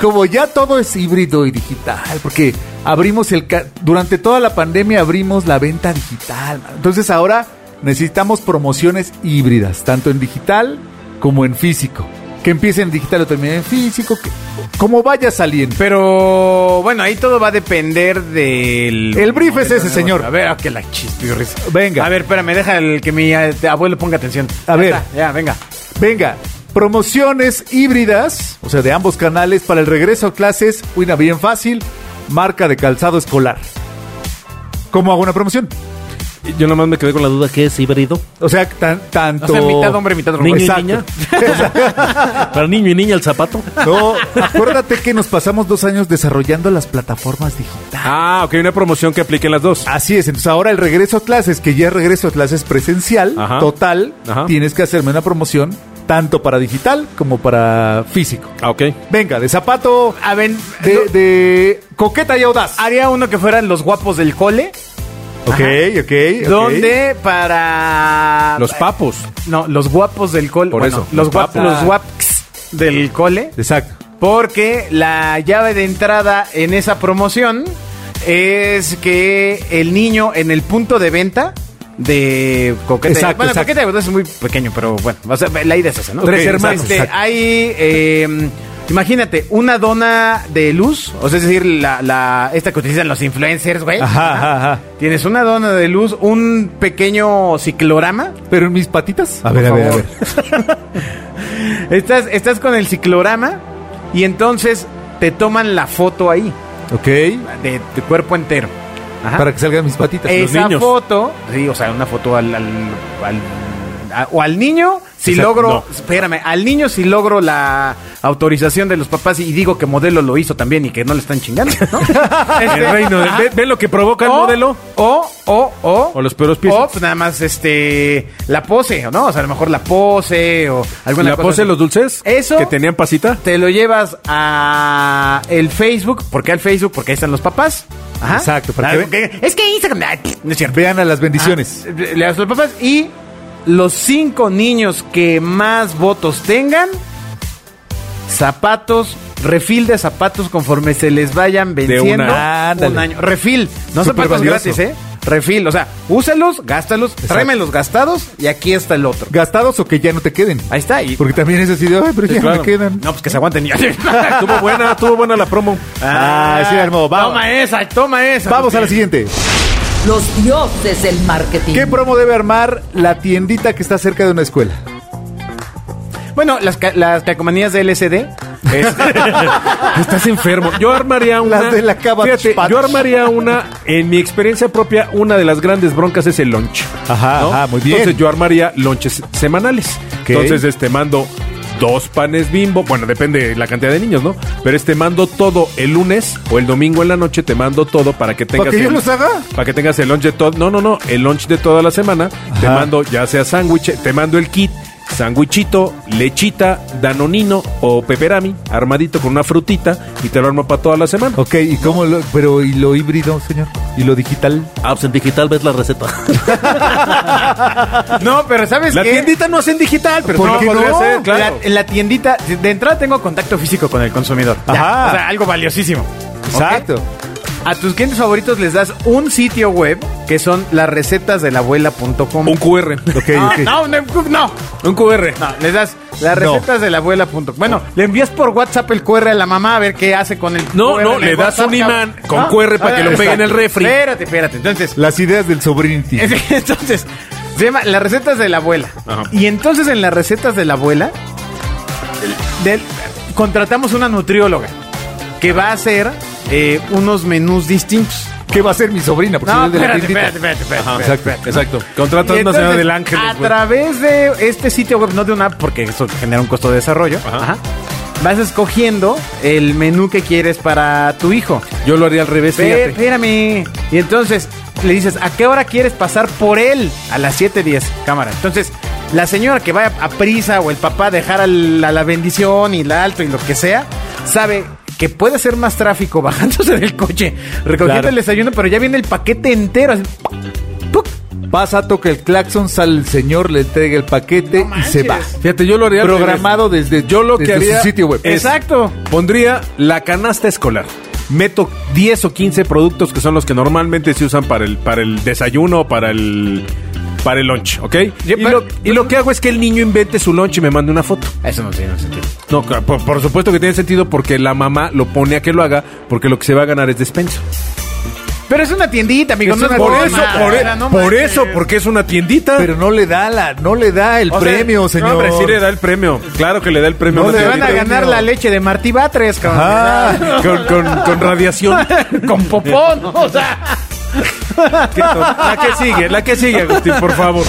[SPEAKER 5] como ya todo es híbrido y digital, porque abrimos el ca- durante toda la pandemia abrimos la venta digital. mano. Entonces ahora necesitamos promociones híbridas, tanto en digital como en físico. Que empiece en digital o termine en físico, que, como vaya saliendo.
[SPEAKER 3] Pero bueno, ahí todo va a depender del.
[SPEAKER 5] El brief es ese, señor.
[SPEAKER 3] A ver, ah, que la chispirris.
[SPEAKER 5] Venga.
[SPEAKER 3] A ver, espérame, deja el que mi eh, abuelo ponga atención.
[SPEAKER 5] A
[SPEAKER 3] Ya
[SPEAKER 5] ver.
[SPEAKER 3] está, ya, venga.
[SPEAKER 5] Venga, promociones híbridas, o sea, de ambos canales para el regreso a clases, una bien fácil, marca de calzado escolar. ¿Cómo hago una promoción?
[SPEAKER 6] Yo nomás me quedé con la duda que es híbrido.
[SPEAKER 5] O sea, tan- tanto...
[SPEAKER 3] O sea, mitad hombre, mitad robot.
[SPEAKER 6] Niño y
[SPEAKER 5] Exacto.
[SPEAKER 6] niña. Para niño y niña el zapato.
[SPEAKER 5] No, acuérdate que nos pasamos dos años desarrollando las plataformas digitales.
[SPEAKER 4] Ah, ok, una promoción que apliquen las dos.
[SPEAKER 5] Así es, entonces ahora el regreso a clases, que ya es regreso a clases presencial,
[SPEAKER 4] Ajá.
[SPEAKER 5] total,
[SPEAKER 4] Ajá.
[SPEAKER 5] tienes que hacerme una promoción tanto para digital como para físico.
[SPEAKER 4] Ah, ok.
[SPEAKER 5] Venga, de zapato,
[SPEAKER 3] A ver,
[SPEAKER 5] de,
[SPEAKER 3] no,
[SPEAKER 5] de coqueta y audaz.
[SPEAKER 3] haría uno que fueran los guapos del cole.
[SPEAKER 5] Ok, ok, ok.
[SPEAKER 3] Donde para.
[SPEAKER 4] Los papos.
[SPEAKER 3] No, los guapos del cole.
[SPEAKER 4] Por
[SPEAKER 3] Bueno,
[SPEAKER 4] eso,
[SPEAKER 3] Los,
[SPEAKER 4] los
[SPEAKER 3] guap-
[SPEAKER 4] papos.
[SPEAKER 3] los guaps del cole.
[SPEAKER 5] Exacto.
[SPEAKER 3] Porque la llave de entrada en esa promoción es que el niño en el punto de venta de coquete.
[SPEAKER 5] Exacto,
[SPEAKER 3] bueno,
[SPEAKER 5] exacto.
[SPEAKER 3] coquete de verdad es muy pequeño, pero bueno, o sea, la idea es esa, ¿no?
[SPEAKER 5] Tres
[SPEAKER 3] Ok,
[SPEAKER 5] hermanos,
[SPEAKER 3] este,
[SPEAKER 5] exacto.
[SPEAKER 3] hay, eh, imagínate, una dona de luz, o sea, es decir, la, la- esta que utilizan los influencers, güey.
[SPEAKER 5] Ajá, ajá, ajá.
[SPEAKER 3] Tienes una dona de luz, un pequeño ciclorama.
[SPEAKER 5] Pero en mis patitas.
[SPEAKER 3] Por favor. Estás, estás con el ciclorama y entonces te toman la foto ahí,
[SPEAKER 5] Ok.
[SPEAKER 3] de tu cuerpo entero. Ajá.
[SPEAKER 5] Para que salgan mis patitas.
[SPEAKER 3] Esa
[SPEAKER 5] niños.
[SPEAKER 3] foto, sí, o sea, una foto al, al, al- a- o al niño si
[SPEAKER 4] Exacto,
[SPEAKER 3] logro,
[SPEAKER 4] no.
[SPEAKER 3] espérame, al niño si logro la autorización de los papás y digo que modelo lo hizo también y que no le están chingando, ¿no? Este,
[SPEAKER 4] El reino de-
[SPEAKER 3] ajá.
[SPEAKER 4] ve, ve lo que provoca el
[SPEAKER 3] O-
[SPEAKER 4] modelo.
[SPEAKER 3] O, o, o.
[SPEAKER 4] O los peores pies.
[SPEAKER 3] O, pues nada más, este. La pose, ¿no? O sea, a lo mejor la pose o alguna
[SPEAKER 4] La
[SPEAKER 3] cosa
[SPEAKER 4] pose de
[SPEAKER 3] así.
[SPEAKER 4] los dulces.
[SPEAKER 3] Eso.
[SPEAKER 4] Que tenían pasita.
[SPEAKER 3] Te lo llevas a el Facebook. ¿Por qué al Facebook? Porque ahí están los papás. Ajá.
[SPEAKER 5] Exacto, para que
[SPEAKER 3] Ah,
[SPEAKER 5] vean.
[SPEAKER 3] Es que Instagram. ah, No es cierto.
[SPEAKER 5] Vean a las bendiciones.
[SPEAKER 3] Ah, le das a los papás y los cinco niños que más votos tengan, zapatos, refil de zapatos conforme se les vayan venciendo.
[SPEAKER 4] una.
[SPEAKER 3] un año. Refil, no
[SPEAKER 5] Súper
[SPEAKER 3] zapatos
[SPEAKER 5] valioso.
[SPEAKER 3] gratis, ¿eh? Refil, o sea, úsalos, gástalos, tráeme los gastados y aquí está el otro.
[SPEAKER 5] Gastados o que ya no te queden.
[SPEAKER 3] Ahí está. Y,
[SPEAKER 5] Porque también es así de, ay, pero ya
[SPEAKER 4] claro.
[SPEAKER 5] me quedan.
[SPEAKER 3] No, pues que se aguanten. ya.
[SPEAKER 4] tuvo buena, tuvo buena la promo.
[SPEAKER 5] Ah, sí, Armo, vamos.
[SPEAKER 3] Toma esa, toma esa.
[SPEAKER 5] Vamos a la siguiente.
[SPEAKER 2] Los dioses del marketing.
[SPEAKER 5] ¿Qué promo debe armar la tiendita que está cerca de una escuela?
[SPEAKER 3] Bueno, las, ca- las calcomanías de LSD.
[SPEAKER 4] Este, Estás enfermo. Yo armaría una.
[SPEAKER 5] Las de la cava-
[SPEAKER 4] Fíjate,
[SPEAKER 5] Patch.
[SPEAKER 4] yo armaría una. En mi experiencia propia, una de las grandes broncas es el lunch.
[SPEAKER 5] Ajá, ajá, muy bien.
[SPEAKER 4] Entonces yo armaría lunches semanales.
[SPEAKER 5] Ok.
[SPEAKER 4] Entonces, este mando dos panes bimbo. Bueno, depende de la cantidad de niños, ¿no? Pero este mando todo el lunes o el domingo en la noche, te mando todo para que tengas.
[SPEAKER 5] que yo
[SPEAKER 4] el-
[SPEAKER 5] los haga?
[SPEAKER 4] Para que tengas el lunch de todo. No, no, no. El lunch de toda la semana. Te
[SPEAKER 5] Ajá.
[SPEAKER 4] mando ya sea sándwich, te mando el kit. Sándwichito, lechita, danonino o peperami, armadito con una frutita y te lo armo para toda la semana.
[SPEAKER 5] Ok, ¿y cómo lo, pero y lo híbrido, señor? ¿Y lo digital?
[SPEAKER 6] Ah, pues en digital ves la receta.
[SPEAKER 3] no, pero ¿sabes
[SPEAKER 4] La
[SPEAKER 3] qué?
[SPEAKER 4] tiendita no hace en digital, pero
[SPEAKER 5] ¿Por
[SPEAKER 4] no
[SPEAKER 5] qué
[SPEAKER 4] podría
[SPEAKER 5] no?
[SPEAKER 4] ser, claro.
[SPEAKER 3] La- en la tiendita, de- de entrada tengo contacto físico con el consumidor. Ya,
[SPEAKER 5] Ajá.
[SPEAKER 3] o sea, algo valiosísimo.
[SPEAKER 5] Exacto.
[SPEAKER 3] ¿Ok? A tus clientes favoritos les das un sitio web que son las recetas de la abuela.com.
[SPEAKER 4] Un Ah, QR.
[SPEAKER 5] Ok,
[SPEAKER 3] no,
[SPEAKER 5] ok.
[SPEAKER 3] no, no, no.
[SPEAKER 4] Un QR.
[SPEAKER 3] No, les das las
[SPEAKER 5] No.
[SPEAKER 3] recetas de la abuela.com. Bueno, le envías por WhatsApp el QR a la mamá a ver qué hace con el
[SPEAKER 4] No,
[SPEAKER 3] QR
[SPEAKER 4] no,
[SPEAKER 3] en el
[SPEAKER 4] le das
[SPEAKER 3] WhatsApp,
[SPEAKER 4] un imán
[SPEAKER 3] cabrón.
[SPEAKER 4] con
[SPEAKER 3] No,
[SPEAKER 4] QR para
[SPEAKER 3] a
[SPEAKER 4] que
[SPEAKER 3] ver,
[SPEAKER 4] lo pegue en el refri.
[SPEAKER 3] Espérate, espérate. Entonces,
[SPEAKER 5] Las ideas del sobrinity.
[SPEAKER 3] Entonces, se llama Las recetas de la abuela.
[SPEAKER 4] Ajá.
[SPEAKER 3] Y entonces en las recetas de la abuela, del- contratamos una nutrióloga que va a hacer eh, unos menús distintos.
[SPEAKER 5] ¿Qué va a hacer mi sobrina? Porque
[SPEAKER 3] No,
[SPEAKER 5] soy de la
[SPEAKER 3] espérate,
[SPEAKER 5] tiendita.
[SPEAKER 3] espérate, espérate, espérate,
[SPEAKER 5] Ajá,
[SPEAKER 3] espérate,
[SPEAKER 5] exacto.
[SPEAKER 4] Exacto. Contratas
[SPEAKER 3] Y
[SPEAKER 4] una
[SPEAKER 3] entonces,
[SPEAKER 4] señora del ángel.
[SPEAKER 3] A
[SPEAKER 4] güey.
[SPEAKER 3] través de este sitio web, no de una app, porque eso genera un costo de desarrollo. Ajá. Vas escogiendo el menú que quieres para tu hijo.
[SPEAKER 4] Yo lo haría al revés,
[SPEAKER 3] Espé-
[SPEAKER 4] fíjate.
[SPEAKER 3] Espérame. Y entonces le dices, ¿a qué hora quieres pasar por él? A las 7.10, cámara. Entonces, la señora que vaya a prisa o el papá a dejar al- a la bendición y la alto y lo que sea, sabe que puede ser más tráfico bajándose del coche, recogiendo
[SPEAKER 5] Claro.
[SPEAKER 3] el desayuno, pero ya viene el paquete entero. así, ¡puc!
[SPEAKER 5] Pasa, toca el claxon, sale el señor, le entrega el paquete y se va.
[SPEAKER 3] manches.
[SPEAKER 4] Fíjate, yo lo haría al
[SPEAKER 5] Programado
[SPEAKER 4] revés.
[SPEAKER 5] desde-
[SPEAKER 4] yo lo que
[SPEAKER 5] desde
[SPEAKER 4] haría
[SPEAKER 5] su sitio web.
[SPEAKER 4] es-
[SPEAKER 3] Exacto.
[SPEAKER 4] Pondría la canasta escolar. Meto 10 o 15 productos que son los que normalmente se usan para el para el desayuno o para el para el lunch, ¿ok?
[SPEAKER 3] Yo,
[SPEAKER 4] y,
[SPEAKER 3] pero-
[SPEAKER 4] lo, y lo que hago es que el niño invente su lunch y me mande una foto.
[SPEAKER 3] Eso no tiene sentido.
[SPEAKER 4] No, claro, por, por supuesto que tiene sentido porque la mamá lo pone a que lo haga porque lo que se va a ganar es despensa.
[SPEAKER 3] Pero es una tiendita, amigo. no es
[SPEAKER 4] por
[SPEAKER 3] broma.
[SPEAKER 4] eso, por, e,
[SPEAKER 3] Era, no
[SPEAKER 4] por
[SPEAKER 3] manches.
[SPEAKER 4] eso, porque es una tiendita.
[SPEAKER 5] Pero no le da la, no le da el
[SPEAKER 3] O sea,
[SPEAKER 5] premio,
[SPEAKER 3] no,
[SPEAKER 5] señor.
[SPEAKER 4] No, hombre, sí le da el premio. Claro que le da el premio.
[SPEAKER 5] No
[SPEAKER 4] a una
[SPEAKER 5] le
[SPEAKER 3] Se van a
[SPEAKER 4] tiendita.
[SPEAKER 3] ganar la leche de Martí Batres, cabrón.
[SPEAKER 5] Ah,
[SPEAKER 4] con, con- con radiación.
[SPEAKER 3] Con popón, o sea.
[SPEAKER 4] la que sigue, la que sigue, Agustín, por favor.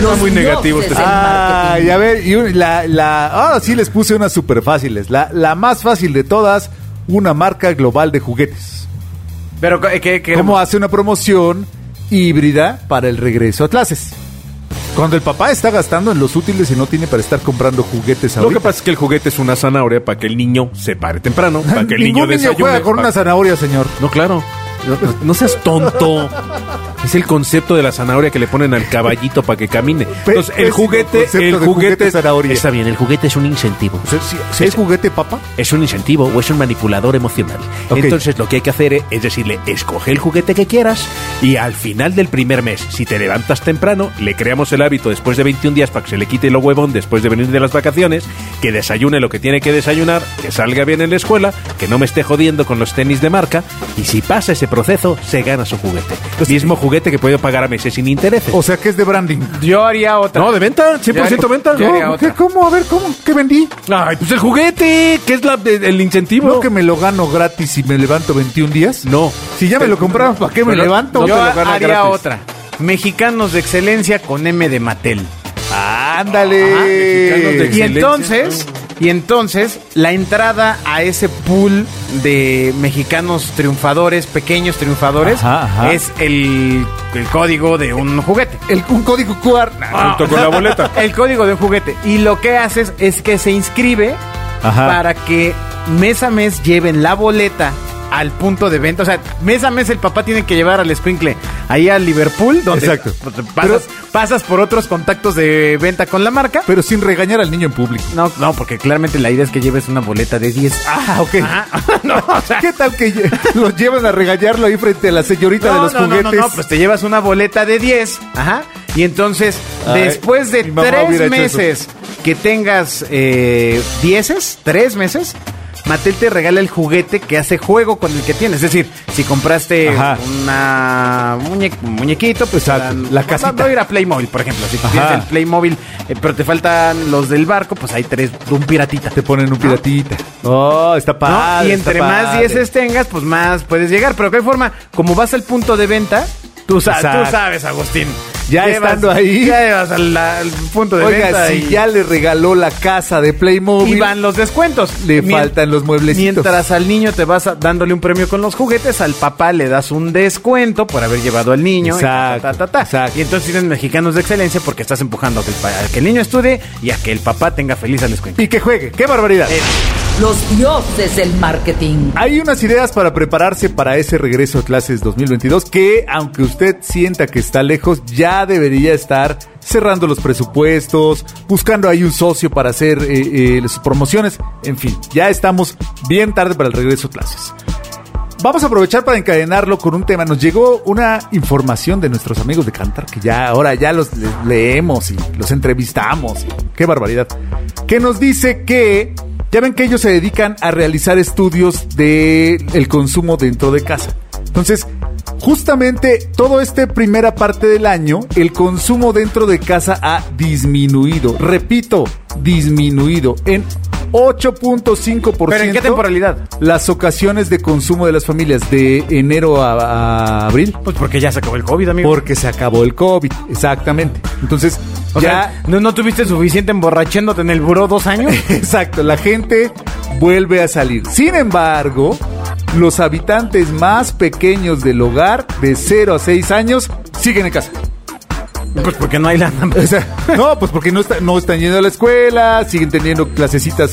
[SPEAKER 4] No
[SPEAKER 2] Los
[SPEAKER 4] es muy negativo
[SPEAKER 2] dioses
[SPEAKER 4] este
[SPEAKER 3] Pues
[SPEAKER 2] del marketing.
[SPEAKER 5] Ay, a ver, Ah, y un- la, la, ahora sí les puse unas súper fáciles. La, la más fácil de todas, una marca global de juguetes.
[SPEAKER 3] Pero, ¿qué, qué, qué-
[SPEAKER 5] ¿Cómo hace una promoción híbrida para el regreso a clases? Cuando el papá está gastando en los útiles y no tiene para estar comprando juguetes
[SPEAKER 4] Lo que
[SPEAKER 5] ahorita.
[SPEAKER 4] pasa es que el juguete es una zanahoria para que el niño se pare temprano, para que el niño
[SPEAKER 5] Ningún niño
[SPEAKER 4] desayune.
[SPEAKER 5] juega con
[SPEAKER 4] pa-
[SPEAKER 5] una zanahoria, señor.
[SPEAKER 4] No, claro. No, no seas tonto. Es el concepto de la zanahoria que le ponen al caballito para que camine. Entonces, el
[SPEAKER 5] pésimo
[SPEAKER 4] juguete,
[SPEAKER 5] concepto
[SPEAKER 4] el
[SPEAKER 5] de
[SPEAKER 4] juguete,
[SPEAKER 5] juguete zanahoria.
[SPEAKER 6] Está bien, el juguete es un incentivo.
[SPEAKER 5] O sea, Si, si es juguete, papá.
[SPEAKER 6] Es un incentivo o es un manipulador emocional.
[SPEAKER 5] Ok.
[SPEAKER 6] Entonces lo que hay que hacer es decirle, escoge el juguete que quieras y al final del primer mes, si te levantas temprano,
[SPEAKER 4] Le creamos el hábito después de 21 días para que se le quite lo huevón después de venir de las vacaciones, que desayune lo que tiene que desayunar, que salga bien en la escuela, que no me esté jodiendo con los tenis de marca y si pasa ese proceso se gana su juguete. Mismo juguete que puedo pagar a meses sin intereses.
[SPEAKER 5] Pues O sea, que es de branding.
[SPEAKER 3] Yo haría otra.
[SPEAKER 4] No, de venta, 100% venta.
[SPEAKER 3] Ya, ya,
[SPEAKER 4] No,
[SPEAKER 5] ¿Qué, ¿Cómo? A ver, ¿cómo? ¿Qué vendí?
[SPEAKER 4] Ay, pues el juguete, que es la, el incentivo.
[SPEAKER 5] ¿No que me lo gano gratis y me levanto 21 días?
[SPEAKER 3] Este,
[SPEAKER 4] No.
[SPEAKER 5] Si ya me lo compraron, ¿para qué me
[SPEAKER 4] Pero-
[SPEAKER 5] levanto?
[SPEAKER 4] no te
[SPEAKER 3] yo
[SPEAKER 4] lo gana
[SPEAKER 3] haría
[SPEAKER 4] gratis.
[SPEAKER 3] otra. Mexicanos de excelencia con M de Mattel.
[SPEAKER 5] Ándale.
[SPEAKER 3] Ajá,
[SPEAKER 4] mexicanos de
[SPEAKER 3] Y
[SPEAKER 4] Excelencia.
[SPEAKER 3] entonces, y entonces, la entrada a ese pool de mexicanos triunfadores, pequeños triunfadores,
[SPEAKER 5] Ajá, ajá.
[SPEAKER 3] es el, el código de un juguete.
[SPEAKER 5] El- un código QR.
[SPEAKER 3] Ah.
[SPEAKER 4] Junto con la boleta.
[SPEAKER 3] El código de un juguete. Y lo que haces es que se inscribe
[SPEAKER 5] Ajá.
[SPEAKER 3] para que mes a mes lleven la boleta al punto de venta. O sea, mes a mes el papá tiene que llevar al sprinkle ahí a Liverpool, donde pues,
[SPEAKER 5] Exacto.
[SPEAKER 3] Pasas, pasas por otros contactos de venta con la marca.
[SPEAKER 5] Pero sin regañar al niño en público.
[SPEAKER 3] No, no, porque claramente la idea es que lleves una boleta de 10.
[SPEAKER 5] Ah, ok.
[SPEAKER 3] Ajá. no, o sea,
[SPEAKER 5] ¿Qué tal que lle- lo llevan a regañarlo ahí frente a la señorita de
[SPEAKER 3] no,
[SPEAKER 5] los
[SPEAKER 3] no, no,
[SPEAKER 5] juguetes?
[SPEAKER 3] no, no, pues te llevas una boleta de 10. Ajá. Y entonces,
[SPEAKER 5] Ay,
[SPEAKER 3] después de
[SPEAKER 5] mi mamá hubiera
[SPEAKER 3] tres
[SPEAKER 5] hecho
[SPEAKER 3] meses que tengas eh, dieces, tres meses, Mattel te regala el juguete que hace juego con el que tienes. Es decir, si compraste
[SPEAKER 5] Ajá.
[SPEAKER 3] una muñe- un muñequito, pues
[SPEAKER 5] Exacto, la casita.
[SPEAKER 3] No, ir a pues, Playmobil, por ejemplo. Si
[SPEAKER 5] Ajá.
[SPEAKER 3] tienes el Playmobil, eh, pero te faltan los del barco, pues hay tres, un piratita.
[SPEAKER 5] Te ponen un piratita. Oh, está
[SPEAKER 3] ¿no?
[SPEAKER 5] padre.
[SPEAKER 3] y
[SPEAKER 5] está
[SPEAKER 3] entre más
[SPEAKER 5] padre.
[SPEAKER 3] dieces tengas, pues más puedes llegar. Pero qué forma, como vas al punto de venta, tú, sa-
[SPEAKER 5] Exacto.
[SPEAKER 3] tú sabes, Agustín.
[SPEAKER 5] Ya estando ahí.
[SPEAKER 3] Ya llevas al, al punto de
[SPEAKER 5] Oiga,
[SPEAKER 3] venta.
[SPEAKER 5] si
[SPEAKER 3] y,
[SPEAKER 5] ya le regaló la casa de Playmobil.
[SPEAKER 3] y van los descuentos.
[SPEAKER 5] Le
[SPEAKER 3] Mien-
[SPEAKER 5] faltan los mueblecitos.
[SPEAKER 3] Mientras al niño te vas a- dándole un premio con los juguetes, al papá le das un descuento por haber llevado al niño. y ta,
[SPEAKER 5] Exacto,
[SPEAKER 3] ta, ta, ta.
[SPEAKER 5] exacto.
[SPEAKER 3] Y entonces tienes mexicanos de excelencia porque estás empujando a que el, pa- a que el niño estudie y a que el papá tenga feliz al descuento.
[SPEAKER 5] Y que juegue. ¡Qué barbaridad!
[SPEAKER 3] Eh,
[SPEAKER 2] Los dioses del marketing.
[SPEAKER 5] Hay unas ideas para prepararse para ese regreso a clases 2022 que, aunque usted sienta que está lejos, ya debería estar cerrando los presupuestos, buscando ahí un socio para hacer eh, eh, las promociones, en fin, ya estamos bien tarde para el regreso a clases. Vamos a aprovechar para encadenarlo con un tema. Nos llegó una información de nuestros amigos de Cantar, que ya ahora ya los le- leemos y los entrevistamos. Qué barbaridad. Que nos dice que ya ven que ellos se dedican a realizar estudios de el consumo dentro de casa. Entonces, justamente toda esta primera parte del año, el consumo dentro de casa ha disminuido. Repito, disminuido en 8.5%.
[SPEAKER 3] ¿Pero en qué temporalidad?
[SPEAKER 5] Las ocasiones de consumo de las familias de enero a, a abril,
[SPEAKER 3] Pues porque ya se acabó el COVID, amigo.
[SPEAKER 5] porque se acabó el COVID, exactamente. Entonces,
[SPEAKER 3] O
[SPEAKER 5] ya,
[SPEAKER 3] sea, ¿no, no tuviste suficiente emborrachándote en el buró dos años?
[SPEAKER 5] exacto, la gente vuelve a salir. Sin embargo, los habitantes más pequeños del hogar, de 0 a 6 años, siguen en casa.
[SPEAKER 3] pues porque no hay lana.
[SPEAKER 5] O sea, no, pues porque no, está- no están yendo a la escuela, siguen teniendo clasecitas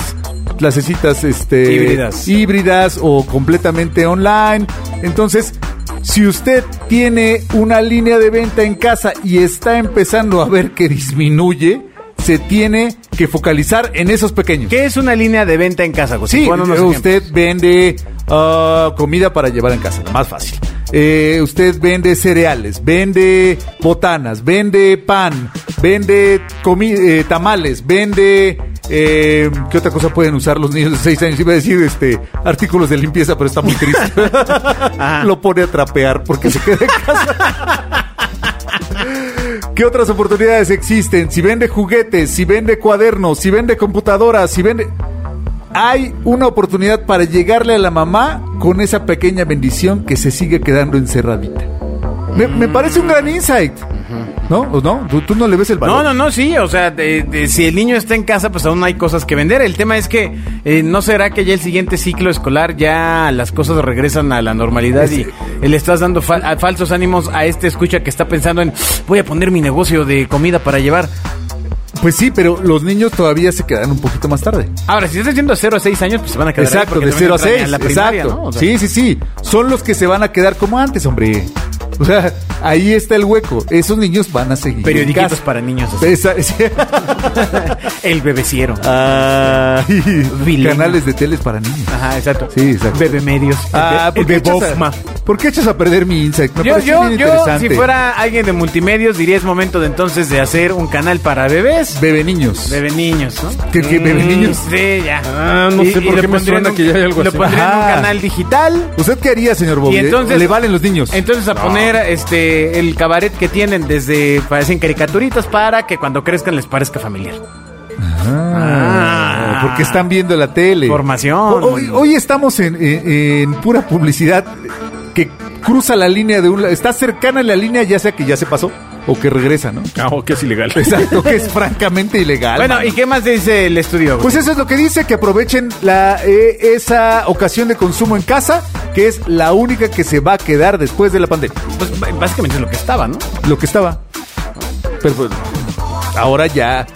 [SPEAKER 5] clasecitas este
[SPEAKER 3] Híbridas.
[SPEAKER 5] híbridas o completamente online. Entonces, si usted tiene una línea de venta en casa y está empezando a ver que disminuye, se tiene que focalizar en esos pequeños.
[SPEAKER 3] ¿Qué es una línea de venta en casa, Agustín?
[SPEAKER 5] Sí, eh,
[SPEAKER 3] Ponos pues, unos
[SPEAKER 5] usted vende ah, comida para llevar en casa, lo más fácil. Eh, usted vende cereales, vende botanas, vende pan, vende comi- eh, tamales, vende... eh, ¿Qué otra cosa pueden usar los niños de 6 años? Iba a decir este, artículos de limpieza, pero está muy triste. lo pone a trapear porque se queda en casa. ¿Qué otras oportunidades existen? Si vende juguetes, si vende cuadernos, si vende computadoras, si vende hay una oportunidad para llegarle a la mamá con esa pequeña bendición que se sigue quedando encerradita. Me,
[SPEAKER 3] Mm.
[SPEAKER 5] me parece un gran insight. ¿No? ¿O no? ¿Tú, tú no le ves el valor?
[SPEAKER 3] No, no, no, sí, o sea, de- de- si el niño está en casa, pues aún hay cosas que vender. El tema es que, eh, ¿no será que ya el siguiente ciclo escolar ya las cosas regresan a la normalidad y eh, le estás dando fal- a- falsos ánimos a este escucha que está pensando en, voy a poner mi negocio de comida para llevar?
[SPEAKER 5] Pues sí, pero los niños todavía se quedan un poquito más tarde.
[SPEAKER 3] Ahora, si estás diciendo de 0 a 6 años, pues se van a quedar ahí
[SPEAKER 5] Exacto,
[SPEAKER 3] porque
[SPEAKER 5] de
[SPEAKER 3] también
[SPEAKER 5] 0 a
[SPEAKER 3] entran ya
[SPEAKER 5] 6.
[SPEAKER 3] la primaria,
[SPEAKER 5] Exacto.
[SPEAKER 3] ¿no? O sea,
[SPEAKER 5] sí, sí, sí. Son los que se van a quedar como antes, hombre. O sea, ahí está el hueco. Esos niños van a seguir. en
[SPEAKER 3] Periodiquitos
[SPEAKER 5] casa.
[SPEAKER 3] para niños, así.
[SPEAKER 5] Esa- sí.
[SPEAKER 3] El bebeciero.
[SPEAKER 5] Ah.
[SPEAKER 6] Ah.
[SPEAKER 5] Ay,
[SPEAKER 3] Vileno.
[SPEAKER 5] canales de teles para niños.
[SPEAKER 3] Ajá, exacto.
[SPEAKER 5] Sí, exacto.
[SPEAKER 3] Bebe medios.
[SPEAKER 5] Ah,
[SPEAKER 3] El
[SPEAKER 5] ¿por qué,
[SPEAKER 3] de
[SPEAKER 5] echas
[SPEAKER 3] Bofma.
[SPEAKER 5] a, ¿por qué echas a perder mi insight? Me
[SPEAKER 3] Yo,
[SPEAKER 5] pareció
[SPEAKER 3] yo,
[SPEAKER 5] bien
[SPEAKER 3] yo,
[SPEAKER 5] interesante.
[SPEAKER 3] si fuera alguien de multimedios, diría es momento de entonces de hacer un canal para bebés.
[SPEAKER 5] Bebe niños.
[SPEAKER 3] Bebe niños, ¿no? Mm,
[SPEAKER 5] ¿Qué- qué, bebe niños?
[SPEAKER 3] Sí, ya.
[SPEAKER 4] Ah, no sé por
[SPEAKER 3] lo
[SPEAKER 4] qué me
[SPEAKER 3] pondría en
[SPEAKER 4] suena
[SPEAKER 3] un-
[SPEAKER 4] que ya hay algo
[SPEAKER 3] Lo
[SPEAKER 4] así. Ah.
[SPEAKER 3] pondría en un
[SPEAKER 5] Ajá.
[SPEAKER 3] canal digital.
[SPEAKER 5] ¿Usted qué haría, señor
[SPEAKER 3] Y
[SPEAKER 5] Bobby?
[SPEAKER 3] entonces.
[SPEAKER 5] ¿Le valen los niños?
[SPEAKER 3] Entonces a poner este el cabaret que tienen desde. Parecen caricaturitas para que cuando crezcan les parezca familiar.
[SPEAKER 5] Ah, porque están viendo la tele.
[SPEAKER 3] Formación.
[SPEAKER 5] O- Hoy, hoy estamos en, en- en pura publicidad que cruza la línea de un... la- Está cercana a la línea, ya sea que ya se pasó, o que regresa, ¿no?
[SPEAKER 4] Cabo, que Ah, es ilegal.
[SPEAKER 5] Exacto, que es francamente ilegal.
[SPEAKER 3] Bueno,
[SPEAKER 5] mano.
[SPEAKER 3] ¿y qué más dice el estudio?
[SPEAKER 5] Pues eso es lo que dice, que aprovechen la, eh, esa ocasión de consumo en casa, que es la única que se va a quedar después de la pandemia.
[SPEAKER 3] Pues, b- básicamente es lo que estaba, ¿no?
[SPEAKER 5] Lo que estaba. Pero pues, ahora ya,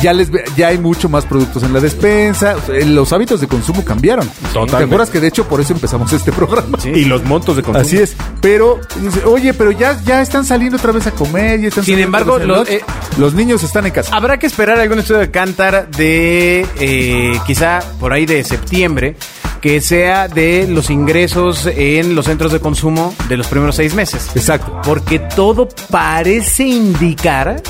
[SPEAKER 5] ya, les, ve- ya hay mucho más productos en la despensa, o sea, eh, los hábitos de consumo cambiaron.
[SPEAKER 4] Totalmente.
[SPEAKER 5] ¿Te acuerdas que de hecho por eso empezamos este programa?
[SPEAKER 4] Y los montos de consumo.
[SPEAKER 5] Así es, pero dice, oye, pero ya, ya están saliendo otra vez a comer, ya están
[SPEAKER 3] Sin
[SPEAKER 5] saliendo
[SPEAKER 3] embargo,
[SPEAKER 5] otra vez al
[SPEAKER 3] los-
[SPEAKER 5] lunch.
[SPEAKER 4] eh,
[SPEAKER 5] los niños están en casa.
[SPEAKER 3] Habrá que esperar algún estudio de Cantar de eh, quizá por ahí de septiembre que sea de los ingresos en los centros de consumo de los primeros seis meses.
[SPEAKER 5] Exacto.
[SPEAKER 3] Porque todo parece indicar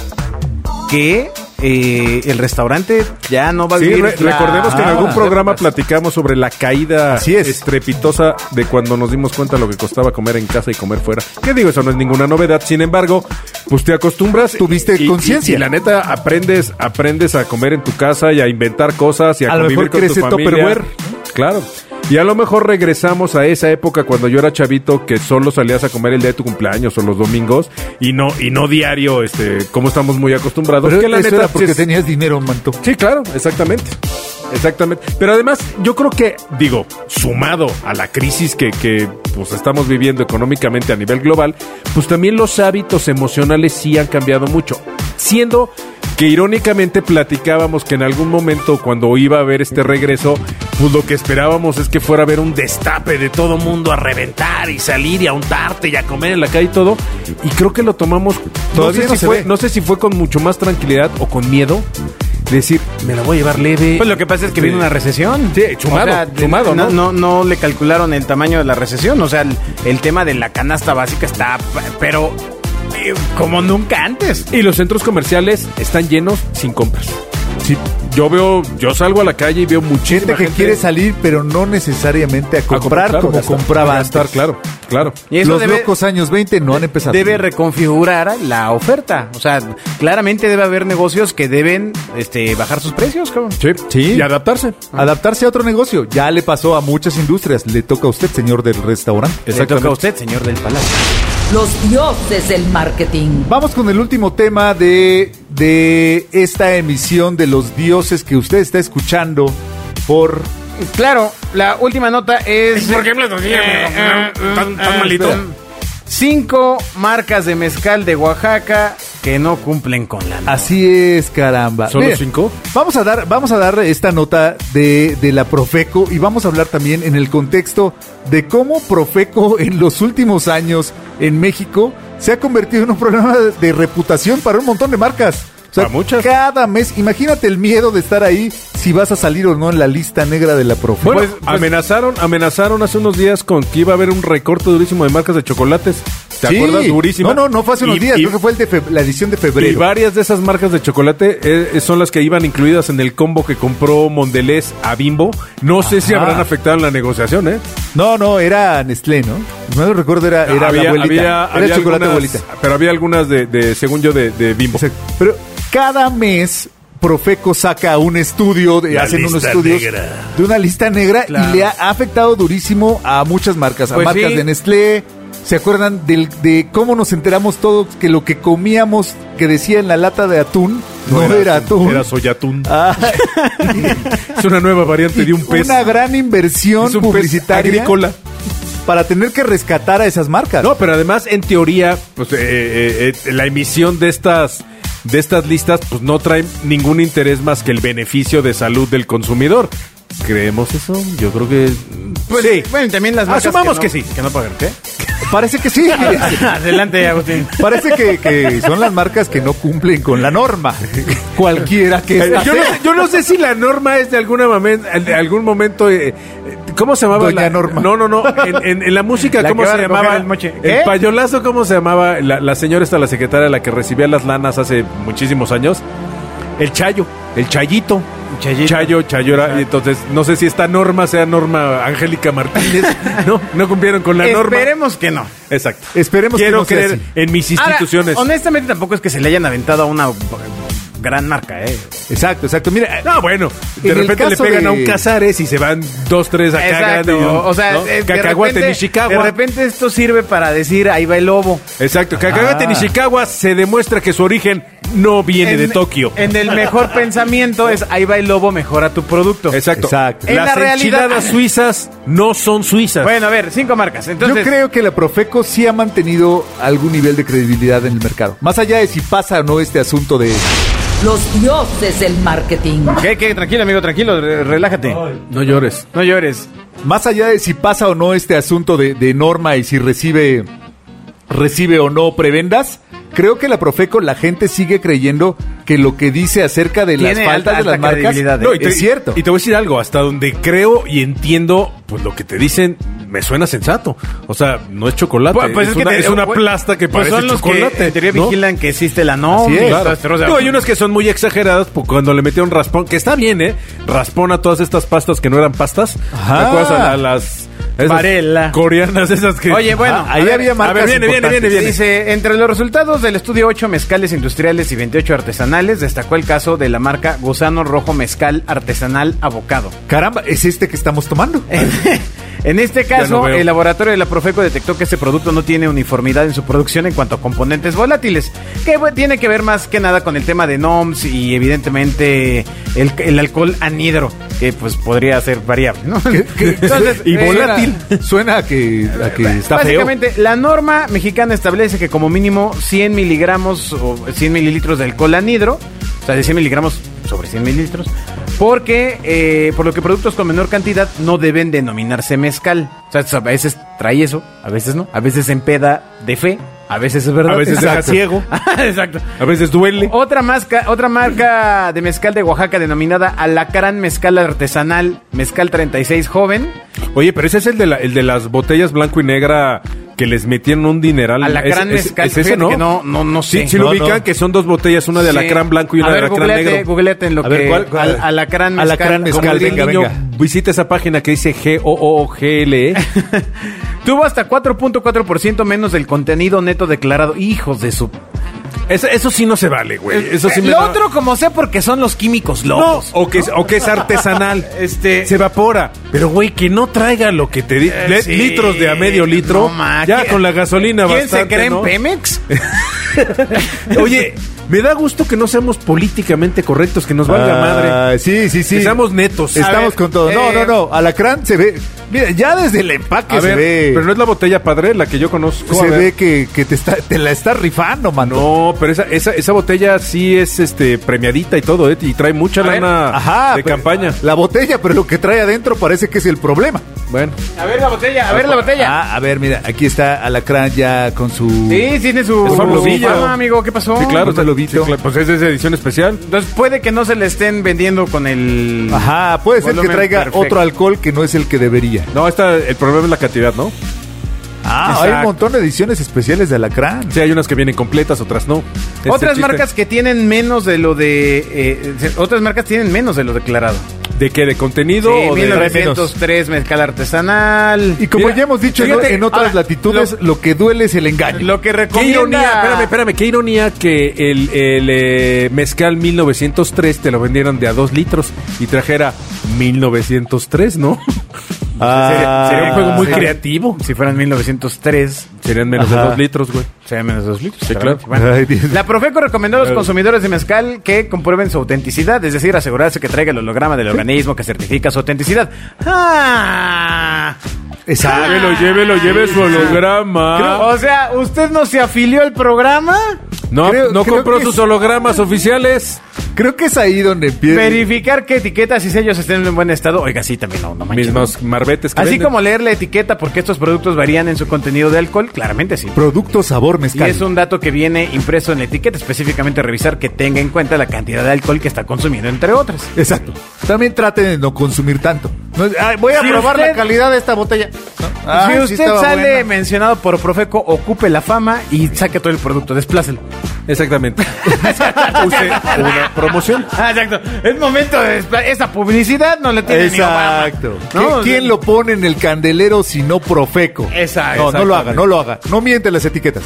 [SPEAKER 3] que eh, el restaurante ya no va a
[SPEAKER 4] Sí,
[SPEAKER 3] vivir.
[SPEAKER 4] re-
[SPEAKER 3] la-
[SPEAKER 4] recordemos que en algún
[SPEAKER 3] Ah,
[SPEAKER 4] programa platicamos sobre la caída
[SPEAKER 5] Así es.
[SPEAKER 4] estrepitosa de cuando nos dimos cuenta lo que costaba comer en casa y comer fuera. ¿Qué digo? Eso no es ninguna novedad. Sin embargo, pues te acostumbras.
[SPEAKER 5] Tuviste
[SPEAKER 4] y- y-
[SPEAKER 5] conciencia.
[SPEAKER 4] Y, la neta, aprendes, aprendes a comer en tu casa y a inventar cosas y a,
[SPEAKER 5] A lo
[SPEAKER 4] convivir
[SPEAKER 5] mejor
[SPEAKER 4] con
[SPEAKER 5] crece
[SPEAKER 4] tu familia.
[SPEAKER 5] Tupperware.
[SPEAKER 4] Claro. Y a lo mejor regresamos a esa época cuando yo era chavito que solo salías a comer el día de tu cumpleaños o los domingos y no y no diario, este, como estamos muy acostumbrados.
[SPEAKER 5] Pero
[SPEAKER 4] que la
[SPEAKER 5] eso
[SPEAKER 4] neta
[SPEAKER 5] era
[SPEAKER 4] pues,
[SPEAKER 5] porque
[SPEAKER 4] es-
[SPEAKER 5] tenías dinero, manto.
[SPEAKER 4] Sí, claro, exactamente. Exactamente. Pero además, yo creo que, digo, sumado a la crisis que, que pues, estamos viviendo económicamente a nivel global, pues también los hábitos emocionales sí han cambiado mucho. Siendo que irónicamente platicábamos que en algún momento cuando iba a haber este regreso, pues lo que esperábamos es que fuera a haber un destape de todo mundo a reventar y salir y a untarte y a comer en la calle y todo. Y creo que lo tomamos...
[SPEAKER 5] Todavía
[SPEAKER 4] no sé
[SPEAKER 5] no
[SPEAKER 4] si
[SPEAKER 5] se
[SPEAKER 4] fue,
[SPEAKER 5] ve.
[SPEAKER 4] no sé si fue con mucho más tranquilidad o con miedo decir, me la voy a llevar leve.
[SPEAKER 3] Pues lo que pasa es que
[SPEAKER 4] Sí.
[SPEAKER 3] viene una recesión.
[SPEAKER 4] Sí, sumado, sumado,
[SPEAKER 3] no,
[SPEAKER 4] ¿no?
[SPEAKER 3] no, no le calcularon el tamaño de la recesión. O sea, el, el tema de la canasta básica está, p- pero eh, como nunca antes.
[SPEAKER 4] Y los centros comerciales están llenos sin compras. Sí, yo veo, yo salgo a la calle y veo muchísima
[SPEAKER 5] Gente que quiere salir, pero no necesariamente a
[SPEAKER 4] a
[SPEAKER 5] comprar
[SPEAKER 4] claro,
[SPEAKER 5] como
[SPEAKER 4] gastar,
[SPEAKER 5] compraba
[SPEAKER 4] a gastar,
[SPEAKER 5] antes.
[SPEAKER 4] claro, claro.
[SPEAKER 3] Y eso
[SPEAKER 5] Los
[SPEAKER 3] debe-
[SPEAKER 5] locos años 20 no han empezado.
[SPEAKER 3] Debe reconfigurar la oferta. O sea, claramente debe haber negocios que deben este, bajar sus precios. cabrón.
[SPEAKER 4] Sí,
[SPEAKER 5] Sí.
[SPEAKER 4] Y adaptarse.
[SPEAKER 5] Adaptarse a otro negocio. Ya le pasó a muchas industrias. Le toca a usted, señor del restaurante.
[SPEAKER 3] Le toca a usted, señor del palacio.
[SPEAKER 2] Los dioses del marketing.
[SPEAKER 5] Vamos con el último tema de, de esta emisión de los dioses que usted está escuchando por...
[SPEAKER 3] Claro, la última nota es. Eh,
[SPEAKER 4] ¿Por qué me lo decía, amigo? Tan- tan malito.
[SPEAKER 3] espera. eh, Cinco marcas de mezcal de Oaxaca que no cumplen con la. ley.
[SPEAKER 5] Así es, caramba.
[SPEAKER 4] ¿Solo cinco?
[SPEAKER 5] Vamos a dar, vamos a dar esta nota de, de la Profeco y vamos a hablar también en el contexto de cómo Profeco en los últimos años en México se ha convertido en un problema de, de reputación para un montón de marcas. O
[SPEAKER 4] Para muchas.
[SPEAKER 5] Cada mes, imagínate el miedo de estar ahí si vas a salir o no en la lista negra de la Profeco. Pues,
[SPEAKER 4] Bueno, Pues, amenazaron, amenazaron hace unos días con que iba a haber un recorte durísimo de marcas de chocolates. ¿Te
[SPEAKER 5] Sí.
[SPEAKER 4] acuerdas? Durísimo.
[SPEAKER 5] No, no, no fue hace unos
[SPEAKER 4] Y-
[SPEAKER 5] días,
[SPEAKER 4] y-
[SPEAKER 5] creo que fue el de fe- la edición de
[SPEAKER 4] Y
[SPEAKER 5] febrero.
[SPEAKER 4] varias de esas marcas de chocolate eh, son las que iban incluidas en el combo que compró Mondelez a Bimbo. No sé si
[SPEAKER 5] Ajá.
[SPEAKER 4] habrán afectado en la negociación, ¿eh?
[SPEAKER 5] No, no, era Nestlé, ¿no? No lo recuerdo, era, era la abuelita. era
[SPEAKER 4] había
[SPEAKER 5] chocolate
[SPEAKER 4] algunas-
[SPEAKER 5] abuelita.
[SPEAKER 4] Pero había algunas de, de, según yo, de, de Bimbo.
[SPEAKER 5] Exacto. Pero cada mes Profeco saca un estudio, de,
[SPEAKER 6] La
[SPEAKER 5] hacen unos
[SPEAKER 6] lista
[SPEAKER 5] estudios
[SPEAKER 6] negra.
[SPEAKER 5] de una lista negra
[SPEAKER 3] Claro.
[SPEAKER 5] y le ha afectado durísimo a muchas marcas, a
[SPEAKER 3] Pues
[SPEAKER 5] marcas
[SPEAKER 3] sí.
[SPEAKER 5] de Nestlé. ¿Se acuerdan del- de cómo nos enteramos todos que lo que comíamos que decía en la lata de atún no, era, atún?
[SPEAKER 4] Era soyatún.
[SPEAKER 5] Ah,
[SPEAKER 4] Es una nueva variante de un pez.
[SPEAKER 5] Una gran inversión
[SPEAKER 4] es un
[SPEAKER 5] publicitaria
[SPEAKER 4] pez agrícola.
[SPEAKER 5] para tener que rescatar a esas marcas.
[SPEAKER 4] No, pero además, en teoría, pues eh, eh, eh, la emisión de estas de estas listas, pues no trae ningún interés más que el beneficio de salud del consumidor. ¿Creemos eso? Yo creo que...
[SPEAKER 3] Pues, Bueno, y también las marcas.
[SPEAKER 4] Asumamos
[SPEAKER 3] no-
[SPEAKER 4] que sí.
[SPEAKER 3] Que no pagan, ¿qué?
[SPEAKER 5] Parece que sí.
[SPEAKER 3] Adelante, Agustín.
[SPEAKER 5] Parece que, que son las marcas que no cumplen con la norma. Cualquiera que
[SPEAKER 4] Eh,
[SPEAKER 5] esta
[SPEAKER 4] Yo no,
[SPEAKER 5] sea.
[SPEAKER 4] sé- yo no sé si la norma es de alguna mamen- de algún momento. eh, eh, ¿Cómo se llamaba?
[SPEAKER 5] Doña
[SPEAKER 4] la
[SPEAKER 5] Norma.
[SPEAKER 4] No, no, no. En, en- en la música,
[SPEAKER 3] La
[SPEAKER 4] ¿cómo
[SPEAKER 3] que va
[SPEAKER 4] se
[SPEAKER 3] a recoger
[SPEAKER 4] llamaba?
[SPEAKER 3] el moche.
[SPEAKER 4] El
[SPEAKER 3] ¿Eh?
[SPEAKER 4] payolazo, ¿cómo se llamaba? La, la señora está la secretaria, la que recibía las lanas hace muchísimos años. El Chayo, el Chayito.
[SPEAKER 3] Chayito.
[SPEAKER 4] Chayo, Chayora. Y entonces, no sé si esta norma sea norma Angélica Martínez. no, no cumplieron con la norma.
[SPEAKER 3] Esperemos que no.
[SPEAKER 4] Exacto.
[SPEAKER 5] Esperemos que
[SPEAKER 4] Quiero
[SPEAKER 5] no sea
[SPEAKER 4] creer
[SPEAKER 5] así.
[SPEAKER 4] en mis
[SPEAKER 3] Ahora,
[SPEAKER 4] instituciones.
[SPEAKER 3] honestamente, tampoco es que se le hayan aventado a una gran marca, ¿eh?
[SPEAKER 5] Exacto, exacto. Mira, eh,
[SPEAKER 4] No, bueno, de
[SPEAKER 5] En el
[SPEAKER 4] repente le
[SPEAKER 5] caso
[SPEAKER 4] pegan
[SPEAKER 5] de-
[SPEAKER 4] a un Casares y se van dos, tres acá.
[SPEAKER 3] Exacto,
[SPEAKER 4] grandes, ¿no?
[SPEAKER 3] o sea,
[SPEAKER 4] ¿no?
[SPEAKER 3] eh, de,
[SPEAKER 4] Cacahuate
[SPEAKER 3] repente,
[SPEAKER 4] Nishikawa.
[SPEAKER 3] de repente esto sirve para decir, ahí va el lobo.
[SPEAKER 4] Exacto, Cacahuate Nishikawa se demuestra que su origen no viene de
[SPEAKER 3] Ah. En-
[SPEAKER 4] Tokio.
[SPEAKER 3] En el mejor pensamiento es, ahí va el lobo, mejora tu producto.
[SPEAKER 4] Exacto.
[SPEAKER 5] Exacto.
[SPEAKER 3] En
[SPEAKER 4] Las
[SPEAKER 3] la realidad-
[SPEAKER 4] enchiladas suizas no son suizas.
[SPEAKER 3] Bueno, a ver, cinco marcas. Entonces,
[SPEAKER 5] yo creo que la Profeco sí ha mantenido algún nivel de credibilidad en el mercado. Más allá de si pasa o no este asunto de...
[SPEAKER 2] Los dioses del marketing.
[SPEAKER 3] ¿Qué, qué? Tranquilo, amigo, tranquilo, re- relájate.
[SPEAKER 4] no llores.
[SPEAKER 3] No llores.
[SPEAKER 5] Más allá de si pasa o no este asunto de, de norma y si recibe, recibe o no prebendas, creo que la Profeco la gente sigue creyendo que lo que dice acerca de las
[SPEAKER 3] Tiene
[SPEAKER 5] faltas
[SPEAKER 3] alta-
[SPEAKER 5] de las
[SPEAKER 3] alta
[SPEAKER 5] marcas
[SPEAKER 3] credibilidad, ¿eh?
[SPEAKER 5] no,
[SPEAKER 4] y te-
[SPEAKER 5] es cierto.
[SPEAKER 4] Y te voy a decir algo, hasta donde creo y entiendo, pues lo que te dicen me suena sensato. O sea, no es chocolate,
[SPEAKER 3] Pues, pues
[SPEAKER 4] es,
[SPEAKER 3] que
[SPEAKER 4] una,
[SPEAKER 3] te-
[SPEAKER 4] es una
[SPEAKER 3] pues,
[SPEAKER 4] plasta que
[SPEAKER 3] pues
[SPEAKER 4] parece
[SPEAKER 3] son los
[SPEAKER 4] chocolate.
[SPEAKER 3] Que, en teoría
[SPEAKER 4] ¿no?
[SPEAKER 3] vigilan que existe la norma.
[SPEAKER 5] Así
[SPEAKER 3] y
[SPEAKER 5] es.
[SPEAKER 3] todo este rollo.
[SPEAKER 4] No, hay unas que son muy exageradas po- cuando le metieron raspón, que está bien, ¿eh? Raspón a todas estas pastas que no eran pastas.
[SPEAKER 5] Ajá.
[SPEAKER 4] ¿Te acuerdas a, a las esas
[SPEAKER 3] Varela.
[SPEAKER 4] coreanas esas que...
[SPEAKER 3] Oye, bueno,
[SPEAKER 5] Ah, ahí
[SPEAKER 3] a ver,
[SPEAKER 5] había marcas
[SPEAKER 3] a ver, viene, viene, viene,
[SPEAKER 5] importantes.
[SPEAKER 3] viene. Dice, entre los resultados del estudio 8 mezcales industriales y 28 artesanales, destacó el caso de la marca Gusano Rojo Mezcal Artesanal Avocado.
[SPEAKER 5] Caramba, es este que estamos tomando.
[SPEAKER 3] En este
[SPEAKER 4] Ya no
[SPEAKER 3] caso,
[SPEAKER 4] veo.
[SPEAKER 3] el laboratorio de la Profeco detectó que este producto no tiene uniformidad en su producción en cuanto a componentes volátiles, que bueno, tiene que ver más que nada con el tema de NOMS y evidentemente el, el alcohol anhidro, que pues podría ser variable, ¿no? Entonces,
[SPEAKER 5] y
[SPEAKER 3] eh,
[SPEAKER 5] volátil. Suena a que, a que está feo.
[SPEAKER 3] Básicamente, la norma mexicana establece que como mínimo 100 miligramos o 100 mililitros de alcohol anhidro, o sea, de 100 miligramos sobre 100 mililitros, porque eh, por lo que productos con menor cantidad no deben denominarse mezcal. O sea, a veces trae eso, a veces no, a veces empeda de fe, a veces es verdad.
[SPEAKER 4] A veces deja
[SPEAKER 3] Exacto.
[SPEAKER 4] ciego.
[SPEAKER 3] Exacto.
[SPEAKER 4] A veces duele.
[SPEAKER 3] Otra marca, otra marca de mezcal de Oaxaca denominada Alacrán Mezcal Artesanal, Mezcal 36 Joven.
[SPEAKER 4] Oye, pero ese es el de, la- el de las botellas blanco y negra que les metieron un dineral.
[SPEAKER 3] Alacrán
[SPEAKER 4] Mm, Es- es-
[SPEAKER 3] Mezcal.
[SPEAKER 4] ¿Es ese,
[SPEAKER 3] fíjate
[SPEAKER 4] no?
[SPEAKER 3] que no, no, no sé.
[SPEAKER 4] Sí, sí
[SPEAKER 3] No,
[SPEAKER 4] lo ubican,
[SPEAKER 3] no.
[SPEAKER 4] que son dos botellas, una de
[SPEAKER 3] Sí.
[SPEAKER 4] alacrán blanco y
[SPEAKER 3] A
[SPEAKER 4] una
[SPEAKER 3] ver,
[SPEAKER 4] de alacrán
[SPEAKER 3] googleate,
[SPEAKER 4] negro.
[SPEAKER 3] googleate en lo
[SPEAKER 5] A ver,
[SPEAKER 3] que...
[SPEAKER 5] ¿cuál- cuál?
[SPEAKER 3] al- alacrán mezcal.
[SPEAKER 5] Alacrán
[SPEAKER 3] Como
[SPEAKER 5] mezcal,
[SPEAKER 3] diría
[SPEAKER 5] venga,
[SPEAKER 3] el
[SPEAKER 5] venga.
[SPEAKER 3] niño.
[SPEAKER 4] Visita esa página que dice G-O-O-G-L-E.
[SPEAKER 3] Tuvo hasta 4.4% menos del contenido neto declarado. Hijos de su... Eh,
[SPEAKER 4] Eso, eso sí no se vale, güey. Eh, Eso sí me
[SPEAKER 3] lo
[SPEAKER 4] da-
[SPEAKER 3] otro como sé porque son los químicos
[SPEAKER 4] No,
[SPEAKER 3] locos.
[SPEAKER 4] o que, es- o que es artesanal.
[SPEAKER 3] Este-
[SPEAKER 4] Se evapora. Pero, güey, que no traiga lo que te di.
[SPEAKER 3] Eh,
[SPEAKER 4] le-
[SPEAKER 3] sí.
[SPEAKER 4] Litros de a medio
[SPEAKER 3] No,
[SPEAKER 4] litro.
[SPEAKER 3] ma,
[SPEAKER 4] ya
[SPEAKER 3] ¿quién-
[SPEAKER 4] con la gasolina
[SPEAKER 3] ¿Quién
[SPEAKER 4] bastante,
[SPEAKER 3] se cree en
[SPEAKER 4] ¿no?
[SPEAKER 3] Pemex?
[SPEAKER 4] Oye, me da gusto que no seamos políticamente correctos, que nos valga
[SPEAKER 5] Ah,
[SPEAKER 4] madre.
[SPEAKER 5] Sí, sí, sí.
[SPEAKER 4] Que seamos netos.
[SPEAKER 5] Estamos
[SPEAKER 3] A ver,
[SPEAKER 5] con todo. No,
[SPEAKER 3] eh,
[SPEAKER 5] no, no. Alacrán se ve. Mira, ya desde el empaque
[SPEAKER 4] A
[SPEAKER 5] se
[SPEAKER 4] ver,
[SPEAKER 5] ve.
[SPEAKER 4] pero no es la botella padre, la que yo conozco. a
[SPEAKER 5] se
[SPEAKER 4] ver.
[SPEAKER 5] ve que, que te, está, te la está rifando, mano.
[SPEAKER 4] No, pero esa, esa, esa botella sí es este premiadita y todo, ¿eh? Y trae mucha
[SPEAKER 3] A ver,
[SPEAKER 4] lana de
[SPEAKER 5] pero-
[SPEAKER 4] campaña.
[SPEAKER 5] La botella, pero lo que trae adentro parece que es el problema.
[SPEAKER 4] Bueno.
[SPEAKER 3] A ver la botella, a ver la botella.
[SPEAKER 5] Ah, a ver, mira, aquí está Alacrán ya con su.
[SPEAKER 3] Sí, tiene su...
[SPEAKER 4] Es famosillo.
[SPEAKER 3] fama, amigo, ¿qué pasó?
[SPEAKER 4] Sí, claro,
[SPEAKER 5] un relojito.
[SPEAKER 4] sí, claro, pues es de esa edición especial.
[SPEAKER 3] Entonces puede que no se le estén vendiendo con el...
[SPEAKER 5] Ajá, puede ser que
[SPEAKER 3] Volumen
[SPEAKER 5] traiga
[SPEAKER 3] perfecto.
[SPEAKER 5] otro alcohol que no es el que debería.
[SPEAKER 4] No, esta, el problema es la cantidad, ¿no?
[SPEAKER 5] Ah, hay un
[SPEAKER 4] exacto.
[SPEAKER 5] montón de ediciones especiales de Alacrán.
[SPEAKER 4] Sí, hay unas que vienen completas, otras no. Este
[SPEAKER 3] Otras
[SPEAKER 4] chiste
[SPEAKER 3] marcas que tienen menos de lo de... eh, se- otras marcas tienen menos de lo declarado.
[SPEAKER 4] ¿De qué? ¿De
[SPEAKER 3] Sí,
[SPEAKER 4] contenido o de
[SPEAKER 3] 1903, mezcal artesanal.
[SPEAKER 5] Y como
[SPEAKER 4] Mira,
[SPEAKER 5] ya hemos dicho ¿no?
[SPEAKER 4] fíjate,
[SPEAKER 5] en otras
[SPEAKER 3] ahora,
[SPEAKER 5] latitudes, lo, que duele es el engaño.
[SPEAKER 3] Lo que
[SPEAKER 4] Qué
[SPEAKER 3] recomienda...
[SPEAKER 4] ironía, espérame, espérame, qué ironía que el, el, eh, mezcal 1903 te lo vendieran de a 2 litros y trajera 1903, ¿no?
[SPEAKER 5] Ah,
[SPEAKER 4] sería, sería un juego muy
[SPEAKER 3] sí.
[SPEAKER 4] creativo.
[SPEAKER 3] Si fueran 1903,
[SPEAKER 4] Serían menos
[SPEAKER 5] Ajá.
[SPEAKER 4] de 2 litros, güey.
[SPEAKER 3] serían menos dos litros.
[SPEAKER 4] Sí,
[SPEAKER 3] claramente.
[SPEAKER 4] claro.
[SPEAKER 3] Bueno,
[SPEAKER 5] Ay, Dios.
[SPEAKER 3] la Profeco recomendó a los consumidores de mezcal que comprueben su autenticidad, es decir, asegurarse que traiga el holograma del organismo que certifica su autenticidad. ¡Ah!
[SPEAKER 5] Exacto.
[SPEAKER 4] Llévelo, llévelo, lleve su holograma.
[SPEAKER 3] O sea, ¿usted no se afilió al programa?
[SPEAKER 4] No,
[SPEAKER 5] creo-
[SPEAKER 4] no
[SPEAKER 5] creo
[SPEAKER 4] compró
[SPEAKER 5] que
[SPEAKER 4] sus
[SPEAKER 5] sí.
[SPEAKER 4] hologramas oficiales.
[SPEAKER 5] Creo que es ahí donde empieza.
[SPEAKER 3] Verificar que etiquetas y sellos estén en buen estado. Oiga, sí, también no, no manches.
[SPEAKER 4] Mismos marbetes que
[SPEAKER 3] Así
[SPEAKER 4] venden.
[SPEAKER 3] como leer la etiqueta porque estos productos varían en su contenido de alcohol, claramente sí.
[SPEAKER 5] Producto sabor
[SPEAKER 3] Y
[SPEAKER 5] mezcal.
[SPEAKER 3] es un dato que viene impreso en la etiqueta, específicamente revisar que tenga en cuenta la cantidad de alcohol que está consumiendo, entre otras.
[SPEAKER 5] Exacto. También traten de no consumir tanto. No es- "Ay, voy a
[SPEAKER 3] Si
[SPEAKER 5] probar la
[SPEAKER 3] usted-
[SPEAKER 5] calidad de esta botella. ¿No?
[SPEAKER 3] si
[SPEAKER 5] Ay, Ah, sí
[SPEAKER 3] usted
[SPEAKER 5] estaba
[SPEAKER 3] sale
[SPEAKER 5] buena.
[SPEAKER 3] mencionado por Profeco, ocupe la fama y saque todo el producto, desplácelo.
[SPEAKER 4] Exactamente. Use una promoción.
[SPEAKER 3] Ah, exacto. Es momento de despla- esa publicidad no le tiene
[SPEAKER 5] Exacto.
[SPEAKER 3] ni Obama.
[SPEAKER 5] ¿Qui-
[SPEAKER 3] ¿No?
[SPEAKER 5] ¿Quién lo pone en el candelero si no profeco?
[SPEAKER 3] Exacto.
[SPEAKER 5] No, no lo haga, no lo haga. No mienten las etiquetas.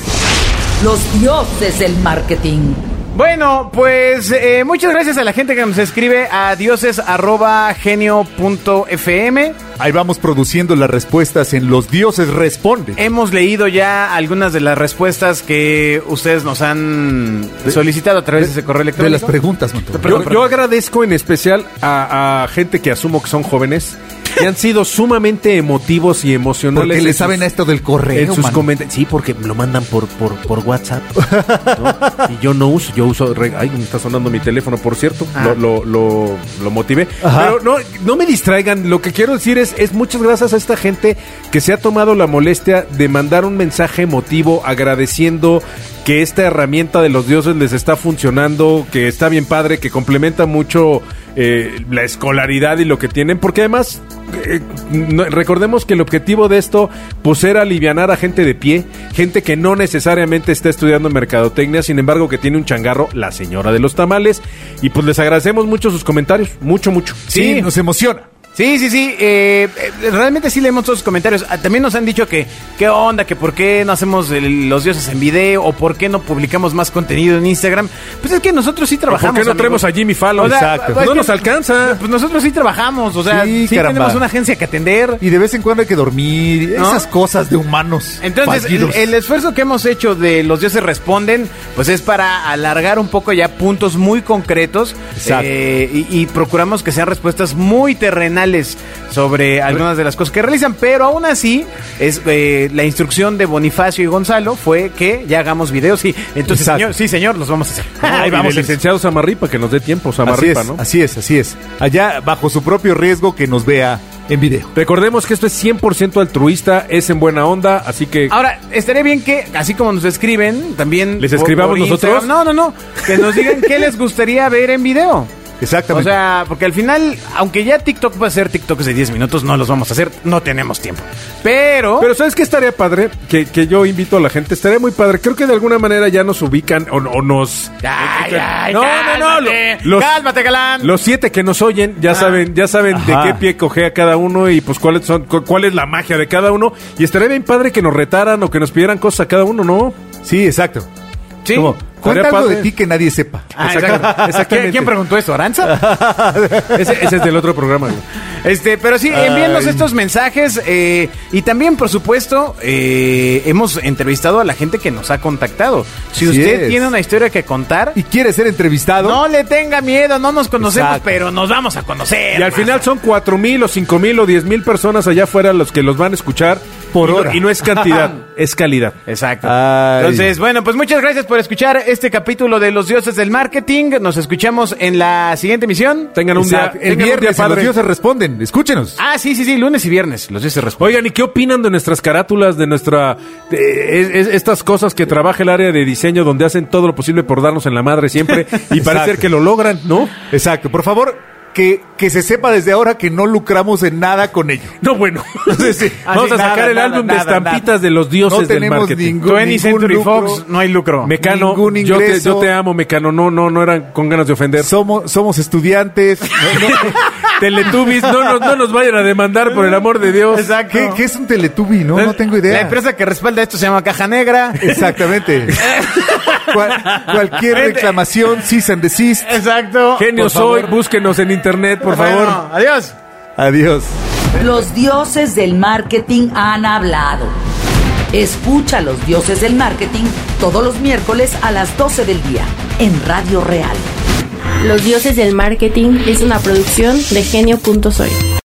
[SPEAKER 2] Los dioses del marketing.
[SPEAKER 3] Bueno, pues eh, muchas gracias a la gente que nos escribe a dioses.genio.fm.
[SPEAKER 5] Ahí vamos produciendo las respuestas en Los Dioses Responden.
[SPEAKER 3] Hemos leído ya algunas de las respuestas que ustedes nos han solicitado a través de, ese correo
[SPEAKER 5] de
[SPEAKER 3] electrónico.
[SPEAKER 5] las preguntas, Montoro.
[SPEAKER 3] Perdón,
[SPEAKER 4] Yo,
[SPEAKER 3] perdón.
[SPEAKER 4] yo agradezco en especial a, a gente que asumo que son jóvenes que han sido sumamente emotivos y emocionales.
[SPEAKER 5] Porque
[SPEAKER 4] en
[SPEAKER 5] le
[SPEAKER 4] sus-
[SPEAKER 5] saben a esto del correo,
[SPEAKER 4] En sus
[SPEAKER 5] mano.
[SPEAKER 4] comentarios. Sí, porque lo mandan por, por, por WhatsApp. ¿no? Y yo no uso, yo uso. re- Ay, me está sonando mi teléfono, por cierto. Lo, lo, lo, lo motivé.
[SPEAKER 5] Ajá.
[SPEAKER 4] Pero no, no me distraigan. Lo que quiero decir es, es muchas gracias a esta gente que se ha tomado la molestia de mandar un mensaje emotivo agradeciendo que esta herramienta de los dioses les está funcionando, que está bien padre, que complementa mucho eh, la escolaridad y lo que tienen, porque además eh, no- recordemos que el objetivo de esto pues era alivianar a gente de pie, gente que no necesariamente está estudiando mercadotecnia, sin embargo que tiene un changarro, la señora de los tamales, y pues les agradecemos mucho sus comentarios, mucho, mucho.
[SPEAKER 5] Sí, nos emociona.
[SPEAKER 3] Sí, sí, sí. eh, eh, realmente sí leemos todos sus comentarios. Ah, También nos han dicho que qué onda, que por qué no hacemos el- los dioses en video o por qué no publicamos más contenido en Instagram. Pues es que nosotros sí trabajamos.
[SPEAKER 4] no traemos a Jimmy Fallon? Exacto.
[SPEAKER 5] pues,
[SPEAKER 4] No nos alcanza.
[SPEAKER 3] Pues nosotros sí trabajamos. O sea, sí,
[SPEAKER 5] Sí, caramba.
[SPEAKER 3] tenemos una agencia que atender.
[SPEAKER 5] Y de vez en cuando hay que dormir,
[SPEAKER 3] ¿No?
[SPEAKER 5] esas cosas de humanos.
[SPEAKER 3] Entonces, el,
[SPEAKER 5] fallidos.
[SPEAKER 3] el esfuerzo que hemos hecho de los dioses responden, pues es para alargar un poco ya puntos muy concretos
[SPEAKER 5] Exacto.
[SPEAKER 3] eh, y, y procuramos que sean respuestas muy terrenales sobre algunas de las cosas que realizan, pero aún así es eh, la instrucción de Bonifacio y Gonzalo fue que ya hagamos videos y entonces,
[SPEAKER 5] Exacto.
[SPEAKER 3] señor, sí señor, los vamos a hacer.
[SPEAKER 4] Ahí vamos.
[SPEAKER 3] a hacer.
[SPEAKER 4] licenciado Samarripa, que nos dé tiempo,
[SPEAKER 5] así
[SPEAKER 4] Samarripa,
[SPEAKER 5] es,
[SPEAKER 4] ¿no?
[SPEAKER 5] así es, así es. Allá, bajo su propio riesgo, que nos vea en video.
[SPEAKER 4] Recordemos que esto es 100% altruista, es en buena onda, así que...
[SPEAKER 3] Ahora, estaría bien que, así como nos escriben, también...
[SPEAKER 4] ¿Les
[SPEAKER 3] por-
[SPEAKER 4] escribamos
[SPEAKER 3] por
[SPEAKER 4] nosotros?
[SPEAKER 3] Instagram- No, no, no. Que nos digan qué les gustaría ver en video.
[SPEAKER 5] Exactamente.
[SPEAKER 3] O sea, porque al final, aunque ya TikTok va a ser TikToks de 10 minutos, no los vamos a hacer, no tenemos tiempo.
[SPEAKER 5] Oh.
[SPEAKER 3] Pero,
[SPEAKER 4] Pero ¿sabes qué estaría padre? Que, que yo invito a la gente, estaría muy padre. Creo que de alguna manera ya nos ubican o, o nos...
[SPEAKER 3] Ay, ay,
[SPEAKER 4] no, no, no,
[SPEAKER 3] cálmate,
[SPEAKER 4] lo- los-
[SPEAKER 3] cálmate, galán.
[SPEAKER 4] Los siete que nos oyen
[SPEAKER 5] Ah.
[SPEAKER 4] ya saben, ya saben
[SPEAKER 5] Ajá.
[SPEAKER 4] de qué pie cogea cada uno y pues cuáles son, cu- cuál es la magia de cada uno. Y estaría bien padre que nos retaran o que nos pidieran cosas a cada uno, ¿no?
[SPEAKER 5] sí, exacto.
[SPEAKER 3] Sí.
[SPEAKER 5] Como,
[SPEAKER 4] Estaría
[SPEAKER 5] cuenta algo
[SPEAKER 4] padre.
[SPEAKER 5] de ti que nadie sepa.
[SPEAKER 3] Ah,
[SPEAKER 4] Exacto,
[SPEAKER 3] exacto.
[SPEAKER 4] exactamente.
[SPEAKER 3] ¿Quién- ¿Quién preguntó eso, Aranza?
[SPEAKER 4] Ese, ese es del otro programa, güey.
[SPEAKER 3] Este, pero sí, envíennos estos mensajes. eh, y también, por supuesto, eh, hemos entrevistado a la gente que nos ha contactado. Si
[SPEAKER 5] Así
[SPEAKER 3] usted
[SPEAKER 5] es.
[SPEAKER 3] tiene una historia que contar,
[SPEAKER 5] Y quiere ser entrevistado.
[SPEAKER 3] no le tenga miedo, no nos conocemos,
[SPEAKER 5] Exacto.
[SPEAKER 3] pero nos vamos a conocer.
[SPEAKER 4] Y al
[SPEAKER 3] man.
[SPEAKER 4] final son cuatro mil o cinco mil o diez mil personas allá afuera los que los van a escuchar.
[SPEAKER 5] Por
[SPEAKER 4] Y no-
[SPEAKER 5] hora.
[SPEAKER 4] Y no es cantidad, es calidad.
[SPEAKER 3] Exacto.
[SPEAKER 5] Ay.
[SPEAKER 3] Entonces, bueno, pues muchas gracias por escuchar este capítulo de Los Dioses del Marketing. Nos escuchamos en la siguiente emisión.
[SPEAKER 4] Tengan un día,
[SPEAKER 5] Exacto. el
[SPEAKER 4] tengan un día
[SPEAKER 5] viernes en los
[SPEAKER 4] padre.
[SPEAKER 5] dioses responden. Escúchenos.
[SPEAKER 3] Ah, sí, sí, sí, lunes y viernes. Los Dioses responden.
[SPEAKER 4] Oigan, ¿y qué opinan de nuestras carátulas, de nuestra de- es- es- estas cosas que trabaja el área de diseño donde hacen todo lo posible por darnos en la madre siempre y parecer
[SPEAKER 5] Exacto.
[SPEAKER 4] que lo logran, ¿no?
[SPEAKER 5] Exacto. Por favor, que, que se sepa desde ahora que no lucramos en nada con ello.
[SPEAKER 4] No, bueno.
[SPEAKER 5] Sí, sí.
[SPEAKER 4] Vamos a
[SPEAKER 5] Nada,
[SPEAKER 4] sacar el
[SPEAKER 5] nada,
[SPEAKER 4] álbum de
[SPEAKER 5] nada,
[SPEAKER 4] estampitas
[SPEAKER 5] nada.
[SPEAKER 4] de los dioses
[SPEAKER 5] No
[SPEAKER 4] del
[SPEAKER 5] tenemos
[SPEAKER 4] marketing.
[SPEAKER 5] ningún-
[SPEAKER 3] 20 Century
[SPEAKER 5] lucro.
[SPEAKER 3] Fox, no hay lucro.
[SPEAKER 4] Mecano,
[SPEAKER 5] ningún
[SPEAKER 4] yo te,
[SPEAKER 5] ingreso.
[SPEAKER 4] yo te amo, Mecano. No, no, no eran con ganas de ofender.
[SPEAKER 5] Somos, somos estudiantes. No, no.
[SPEAKER 4] Teletubbies, no, nos- no nos vayan a demandar, por el amor de Dios.
[SPEAKER 3] Exacto.
[SPEAKER 5] ¿Qué, qué es un teletubi? No, no tengo idea.
[SPEAKER 3] La empresa que respalda esto se llama Caja Negra.
[SPEAKER 5] Exactamente. Cual- cualquier reclamación, cease and desist.
[SPEAKER 3] Exacto.
[SPEAKER 4] Genio
[SPEAKER 5] Por favor.
[SPEAKER 4] soy, búsquenos en internet, por favor.
[SPEAKER 3] Bueno, adiós.
[SPEAKER 5] Adiós.
[SPEAKER 2] Los dioses del marketing han hablado. Escucha a los dioses del marketing todos los miércoles a las 12 del día en Radio Real.
[SPEAKER 1] Los dioses del marketing es una producción de genio.soy.